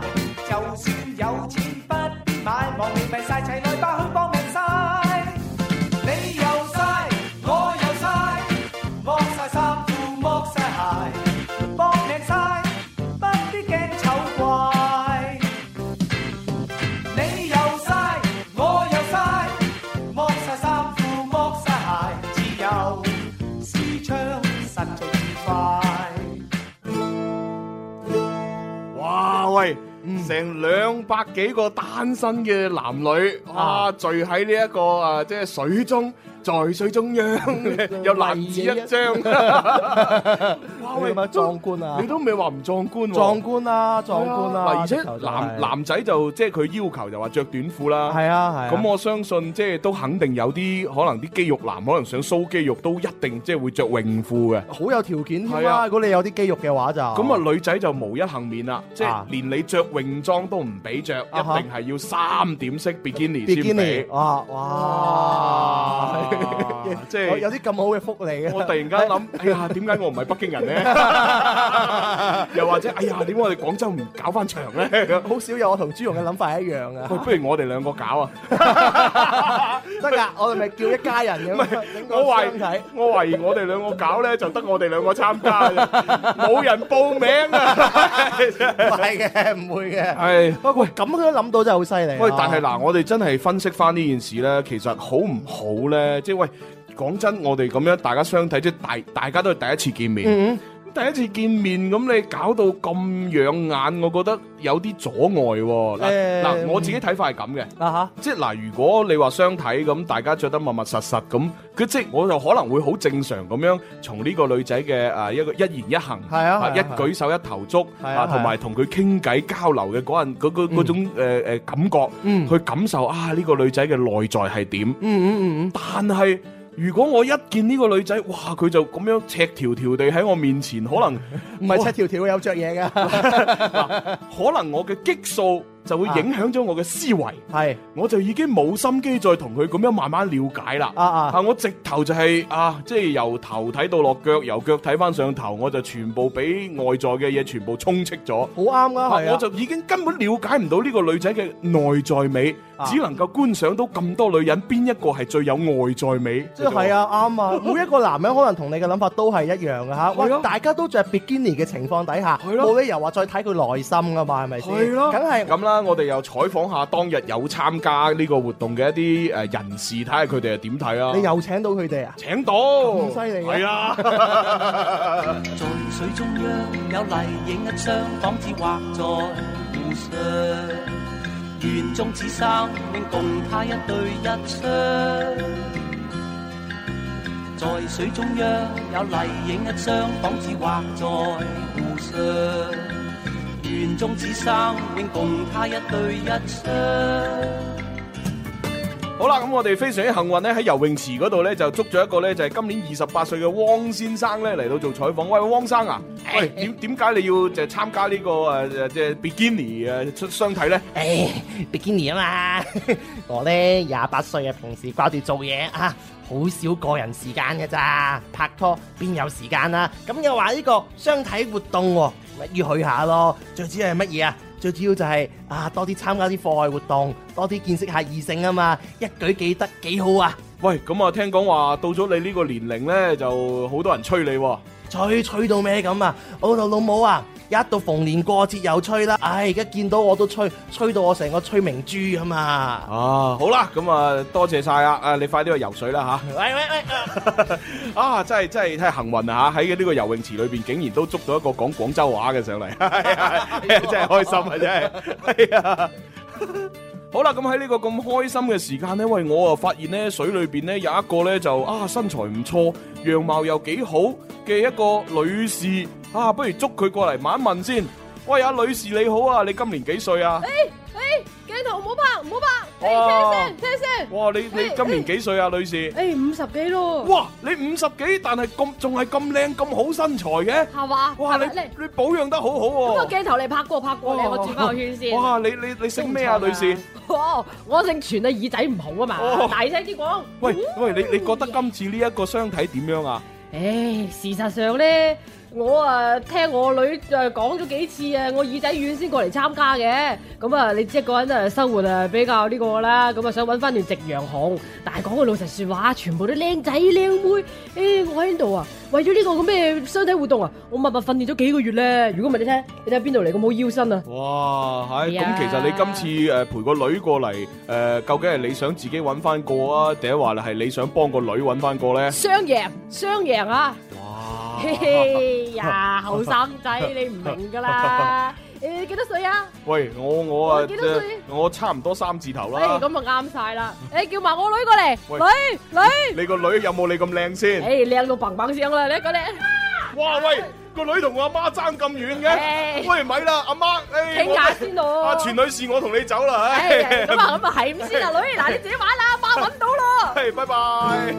I: 就算有錢不必買，望你咪晒，齊來吧去搏命晒，你又晒，我又晒，剝晒衫褲，剝晒鞋，搏命晒。不必驚醜怪，你又嘥，我又嘥，剝晒衫褲，剝晒鞋，自由視窗實在愉快。
G: 哇喂，
H: 嗯
G: 成兩百幾個單身嘅男女啊，聚喺呢一個啊，即係水中，在水中 央， 有男子一張。 哇喂，
H: 你咪壯觀啊
G: 你都未話唔壯觀喎。
H: 壯觀啦，壯觀啦！
G: 嗱，而且
H: 直頭就
G: 男
H: 係
G: 男仔就即係佢要求就話着短褲啦，
H: 係啊係啊
G: 咁我相信即係都肯定有啲可能啲肌肉男可能想 show 肌肉都一定即係會着泳褲嘅。
H: 好有條件添
G: 係啊
H: 啦。如果你有啲肌肉嘅話就
G: 咁啊，女仔就無一幸免啦，即係
H: 啊
G: 連你着泳裝都唔俾着，一
H: 哈
G: 定係要三點式比基尼
H: 比
G: 先
H: 堅尼
G: 俾。
H: 啊，哇！
G: 即係
H: 有啲咁好嘅福利啊！
G: 我突然 間諗，哎呀，點解我唔係北京人呢？又或者，哎呀，點解我哋廣州唔搞翻場 呢？
H: 好少有我同朱紅嘅諗法一 樣啊！
G: 喂，不如我哋兩個 搞啊！
H: 得㗎，我哋咪叫一家人
G: 唔係
H: 咁。整個
G: 我懷
H: 相睇
G: 疑，我懷疑我哋兩個搞咧，就得我哋兩個參加嘅啫，冇人報名 啊！ 唔
H: 係嘅，唔會嘅。
G: 係
H: 不過咁佢都諗到真係好犀利啊。
G: 喂，但係嗱，我哋真係分析翻呢件事咧，其實好唔好咧？即係喂，講真，我哋咁樣大家相睇，即係大大家都係第一次見面
H: 嗯。
G: 第一次見面咁，你搞到咁養眼，我覺得有啲阻礙喎。嗱
H: 誒
G: 嗱，我自己睇法係咁嘅。
H: 啊
G: 即係嗱，如果你話相睇咁，大家着得密密實實咁，佢即係我就可能會好正常咁樣，從呢個女仔嘅啊一個一言一行，
H: 係啊係啊
G: 一
H: 係啊
G: 舉手一投足
H: 係啊
G: 啊，同
H: 係
G: 埋
H: 啊
G: 同佢傾偈交流嘅嗰陣嗰嗰嗰種誒誒感覺，
H: 嗯
G: 去感受啊呢個女仔嘅內在係點。
H: 嗯嗯嗯
G: 但係如果我一見呢個女仔，哇，佢就咁樣赤條條地喺我面前，可 能
H: 嗯，唔係七條條有 着嘢㗎。
G: 可能我嘅激素就會影響咗我嘅思維，
H: 係
G: 我就已經冇心機再同佢咁樣慢慢了解啦。
H: 啊啊
G: 我直頭就係、啊，即係由頭睇到落腳，由腳睇翻上頭，我就全部俾外在嘅嘢全部充斥咗。
H: 好啱㗎，係啊
G: 我就已經根本了解唔到呢個女仔嘅內在美，
H: 啊
G: 只能夠觀賞到咁多女人邊一個係最有外在美。
H: 即係啊，啱啊！每一個男人可能同你嘅諗法都係一樣嘅嚇，
G: 係
H: 哇！
G: 啊
H: 大家都着比基尼嘅情況底下，冇理由話再睇佢內心噶嘛，係咪先？
G: 係咯，
H: 梗係
G: 咁啦。我哋又採訪下當日有參加呢個活動嘅一啲誒人士，睇下佢哋係點睇啊。
H: 你又請到佢哋 啊？
G: 請到，
H: 咁犀利嘅
G: 係啊！
Q: 在水中央有麗影一張，仿似畫在湖上。園中此生永共他一對一雙。在水中央有麗影一張，仿似畫在湖上。園中此生永共他一對一雙。
G: 好啦，咁我哋非常之幸運咧，喺游泳池嗰度咧就捉咗一個咧就係今年二十八歲嘅汪先生咧嚟到做採訪。喂，汪 生啊，喂，點點解你要就參加呢個誒誒即係 bikini 誒出相睇咧？
H: 誒比基尼啊嘛， 我咧廿八歲啊，平時掛住做嘢啊，好少個人時間嘅咋，拍拖邊有時間啊？咁又話呢個相睇活動喎、咪要去下咯。最主要係乜嘢啊？最主要就係、啊，多啲參加啲課外活動，多啲見識下異性啊嘛，一舉幾得幾好啊！
G: 喂，咁啊，聽講話到咗你呢個年齡咧，就好多人催你喎。
H: 吹吹到咩咁啊！我老老母啊，一到逢年過節又吹啦，唉，而家見到我都吹，吹到我成個吹明珠咁啊！
G: 啊，好啦，咁啊，多謝晒啊！啊，你快啲去游水啦吓！
H: 喂喂喂！
G: 啊，真係真係太幸運啊！吓，喺呢個游泳池裏邊，竟然都捉到一個講廣州話嘅上嚟， 係啊真係開心啊！真係，係啊。 好啦，咁喺呢個咁開心嘅時間呢，喂，我啊發現呢水裏邊呢有一個呢就啊身材唔錯，樣貌又幾好嘅一個女士啊，不如捉佢過嚟問一問先。喂，阿女士你好啊，你今年幾歲啊？
L: 诶诶，镜头唔好拍，唔好拍，
G: 哦
L: 诶，聽聲聽聲。
G: 哇，你你今年幾歲啊，女士？
L: 诶五十幾咯，
G: 哇！你五十幾，但係咁仲係咁靚咁好身材嘅，
L: 係嘛？
G: 哇！你
L: 係咪嚟
G: 你保養得好好
L: 咁個
G: 喎。
L: 鏡頭你拍過拍過你，我轉翻個圈先。
G: 哇！你你你姓咩啊，女士？
L: 哦，我姓全啊，耳仔唔好啊嘛
G: 哦，
L: 大聲啲講。
G: 喂喂，你你覺得今次呢一個相睇點樣啊？
L: 唉，事實上咧，我啊聽我女誒講咗幾次啊，我耳仔軟先過嚟參加嘅。咁啊，你知一個人啊生活啊比較呢個啦，咁啊想揾翻段夕陽紅。但係講句老實説話，全部都靚仔靚妹。誒、我喺度啊，為咗呢個咁咩相體活動啊，我默默訓練咗幾個月咧。如果唔係你聽，你睇邊度嚟個冇腰身啊？
G: 哇！係
L: 係啊
G: 咁，其實你今次誒陪個女過嚟誒，究竟係你想自己揾翻個啊，定係話係你想幫個女揾翻個咧？
L: 雙贏，雙贏啊！哇！嘿呀，後生仔你唔明㗎 啦。誒、幾多歲啊？
G: 喂，我我啊
L: 你幾多歲，
G: 我差唔多三字頭
L: 誒
G: 啦。
L: 咁啊啱晒啦！誒叫埋我女過嚟，
G: 喂
L: 女女，
G: 你個女有冇你咁靚先？
L: 誒靚到砰砰聲啦！你過
G: 哎
L: 嚟，
G: 哇喂，個女同我阿媽爭咁遠
L: 唉
G: 嘅，喂咪啦，阿媽，唉
L: 傾下先咯
G: 我啊，全女士，我同你走啦，唉
L: 誒咁啊咁啊係咁先啊！女，嗱你自己玩啦，阿媽揾到咯。
G: 係拜拜。哎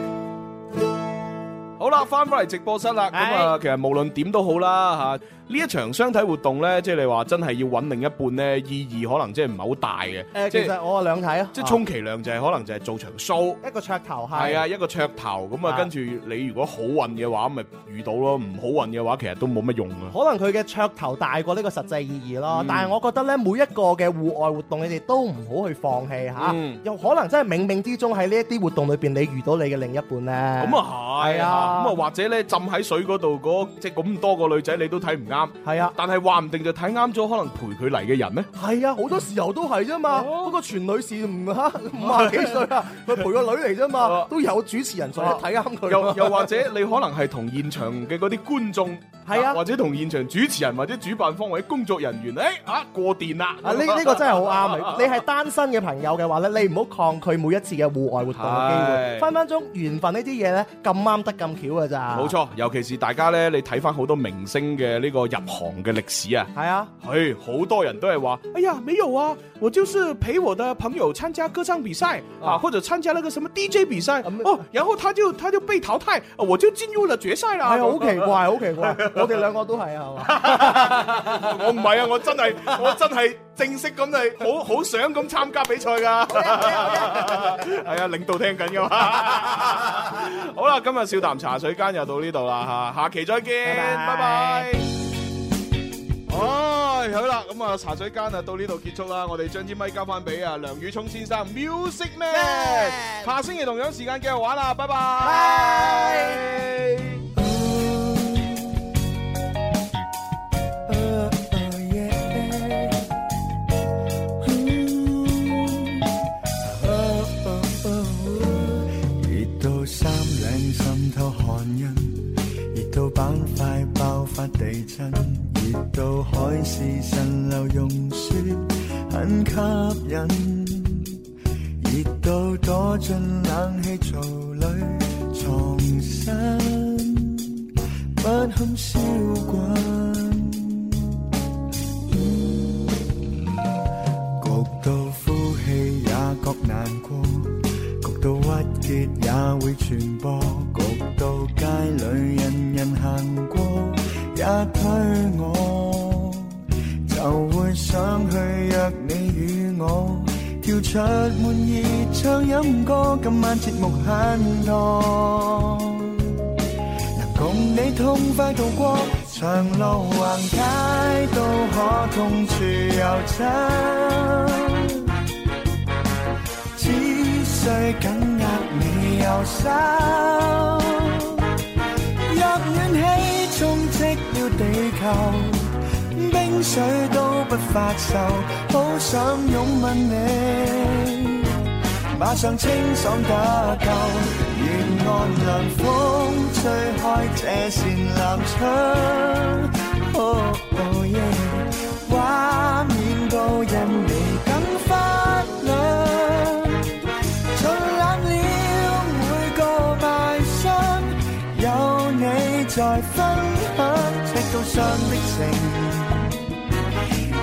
G: 好啦，翻返嚟直播室啦，咁啊，其實無論點都好啦嚇。呢一場相體活動咧，即係你話真係要揾另一半咧，意義可能即係唔係好大嘅。
J: 誒，
G: 即
J: 其
G: 係
J: 實我兩睇啊，
G: 即係充其量就係可能就係做場 show。
J: 一個噱頭係。
G: 係啊，一個噱頭咁啊，
J: 啊
G: 跟住你如果好運嘅話，咪遇到咯；唔好運嘅話，其實都冇乜用啊。
J: 可能佢嘅噱頭大過呢個實際意義咯，
G: 嗯
J: 但係我覺得呢，每一個嘅戶外活動，你哋都唔好去放棄嚇，
G: 嗯
J: 又可能真係冥冥之中喺呢一啲活動裏邊，你遇到你嘅另一半呢。
G: 咁啊係，
J: 係啊
G: 咁啊或者咧浸喺水嗰度嗰即係咁多個女仔你都睇唔啱，
J: 係啊，
G: 但係話唔定就睇啱咗可能陪佢嚟嘅人咧。
J: 係啊，好多時候都係啫嘛。
G: 哦
J: 嗰個全女士唔嚇五廿幾歲 啊，佢陪個女嚟啫嘛，
G: 哦
J: 都有主持人上去睇啱 佢。
G: 又又或者你可能係同現場嘅嗰啲觀眾，
J: 係啊
G: 或者同現場主持人或者主辦方或者工作人員，誒、啊過電啦！
J: 啊！呢呢個真係好 啱啊你。你係單身嘅朋友嘅話咧，你唔好抗拒每一次嘅戶外活動嘅機
G: 係
J: 會。分分鐘緣分呢啲嘢咧，咁啱得咁巧㗎咋。
G: 啊冇錯，尤其是大家咧，你睇翻好多明星嘅呢個入行嘅歷史啊，
J: 係啊，
G: 係好多人都係話，哎呀，沒有啊，我就是陪我的朋友參加歌唱比賽啊，或者參加那個什麼 DJ 比
J: 啊
G: 賽哦，然後他就他就被淘汰，啊我就進入了決賽啦。
J: 係啊，好奇怪，好奇怪，我哋兩個都係啊，係嘛？
G: 我唔係啊，我真係我真係正式咁係好好想咁參加比賽 噶。係啊，領導聽 緊噶嘛。好啦，今日笑談茶水間又到呢度啦吓，下期再見，拜拜。唉，好啦，咁啊，茶水間啊，到呢度結束啦。我哋將支咪交翻俾啊梁宇聰先生，Music Man。下星期同樣時間繼續玩啦，拜拜。
I: 熱到衫領滲透汗印，熱到板塊爆發地震，熱到海市蜃樓融雪很吸引，熱到躲進冷氣槽裏藏身，不堪燒滾。焗到呼氣也覺難過，焗到鬱結也會傳播，焗到街裏人人行過也推我，就會想去約你與我，跳出門熱唱飲歌，今晚節目很多。共你痛快度過，長路橫街都可痛處又親，只需緊握你右手，入暖氣充斥了地球，冰水都不發愁，好想擁吻你。馬上清爽得夠，沿岸涼風吹開這扇藍窗。哦哦耶，畫面都因你更發亮。盡冷了每個賣相，有你在分享，赤道上的城，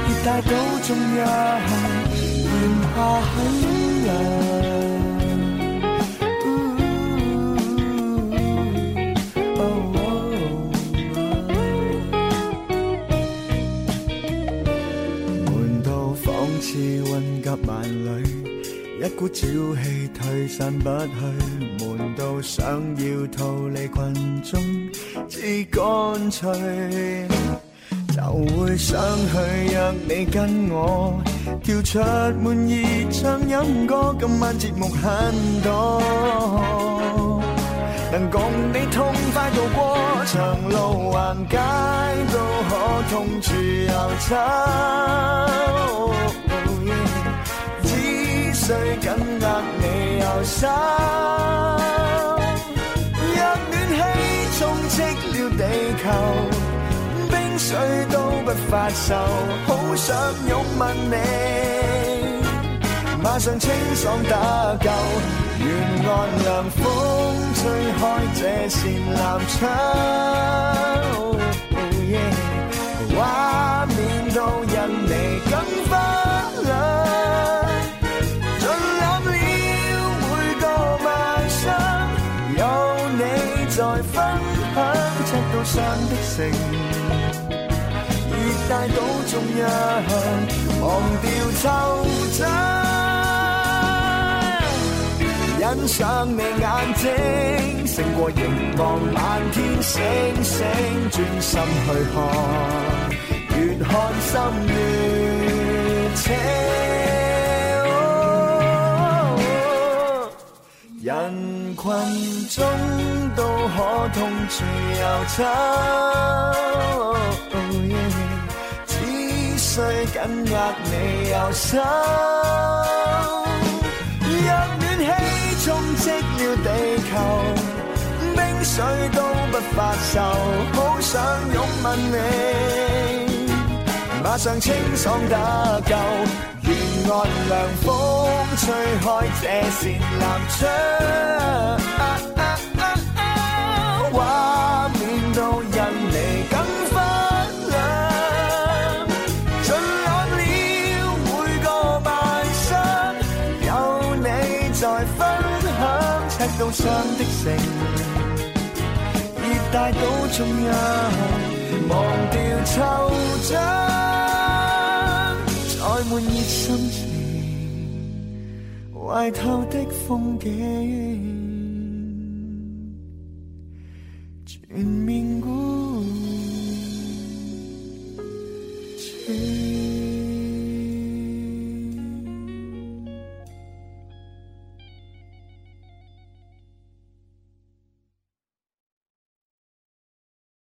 I: 熱帶島中央。炎夏很涼。哦哦悶到仿似混夾萬里，一股沼氣退散不去，悶到想要逃離群眾，至乾脆。就會想去約你跟我跳出門熱唱飲歌，今晚節目很多，能共你痛快度過長路橫街都可痛處又走。只需緊握你右手，若暖氣充斥了地球。冰水都不發愁，好想擁吻你。馬上清爽得夠，沿岸涼風吹開這扇藍窗。Oh yeah，畫面都因你更發亮。盡攬了每個晚上，有你在分享，赤道上的城，帶到中央，忘掉惆悵，欣賞你眼睛，勝過凝望漫天星星，專心去看，越看心越清。哦人群中都可痛處遊走。Oh 只需緊握你右手。若暖氣充斥了地球，冰水都不發愁，好想擁吻你，馬上清爽得救。沿岸涼風吹開這扇藍窗。畫面都因你更忽略，盡攬了每個晚上，有你在分享，赤道上的城，熱帶島中央，忘掉惆悵，載滿熱心情，懷透的風景。全面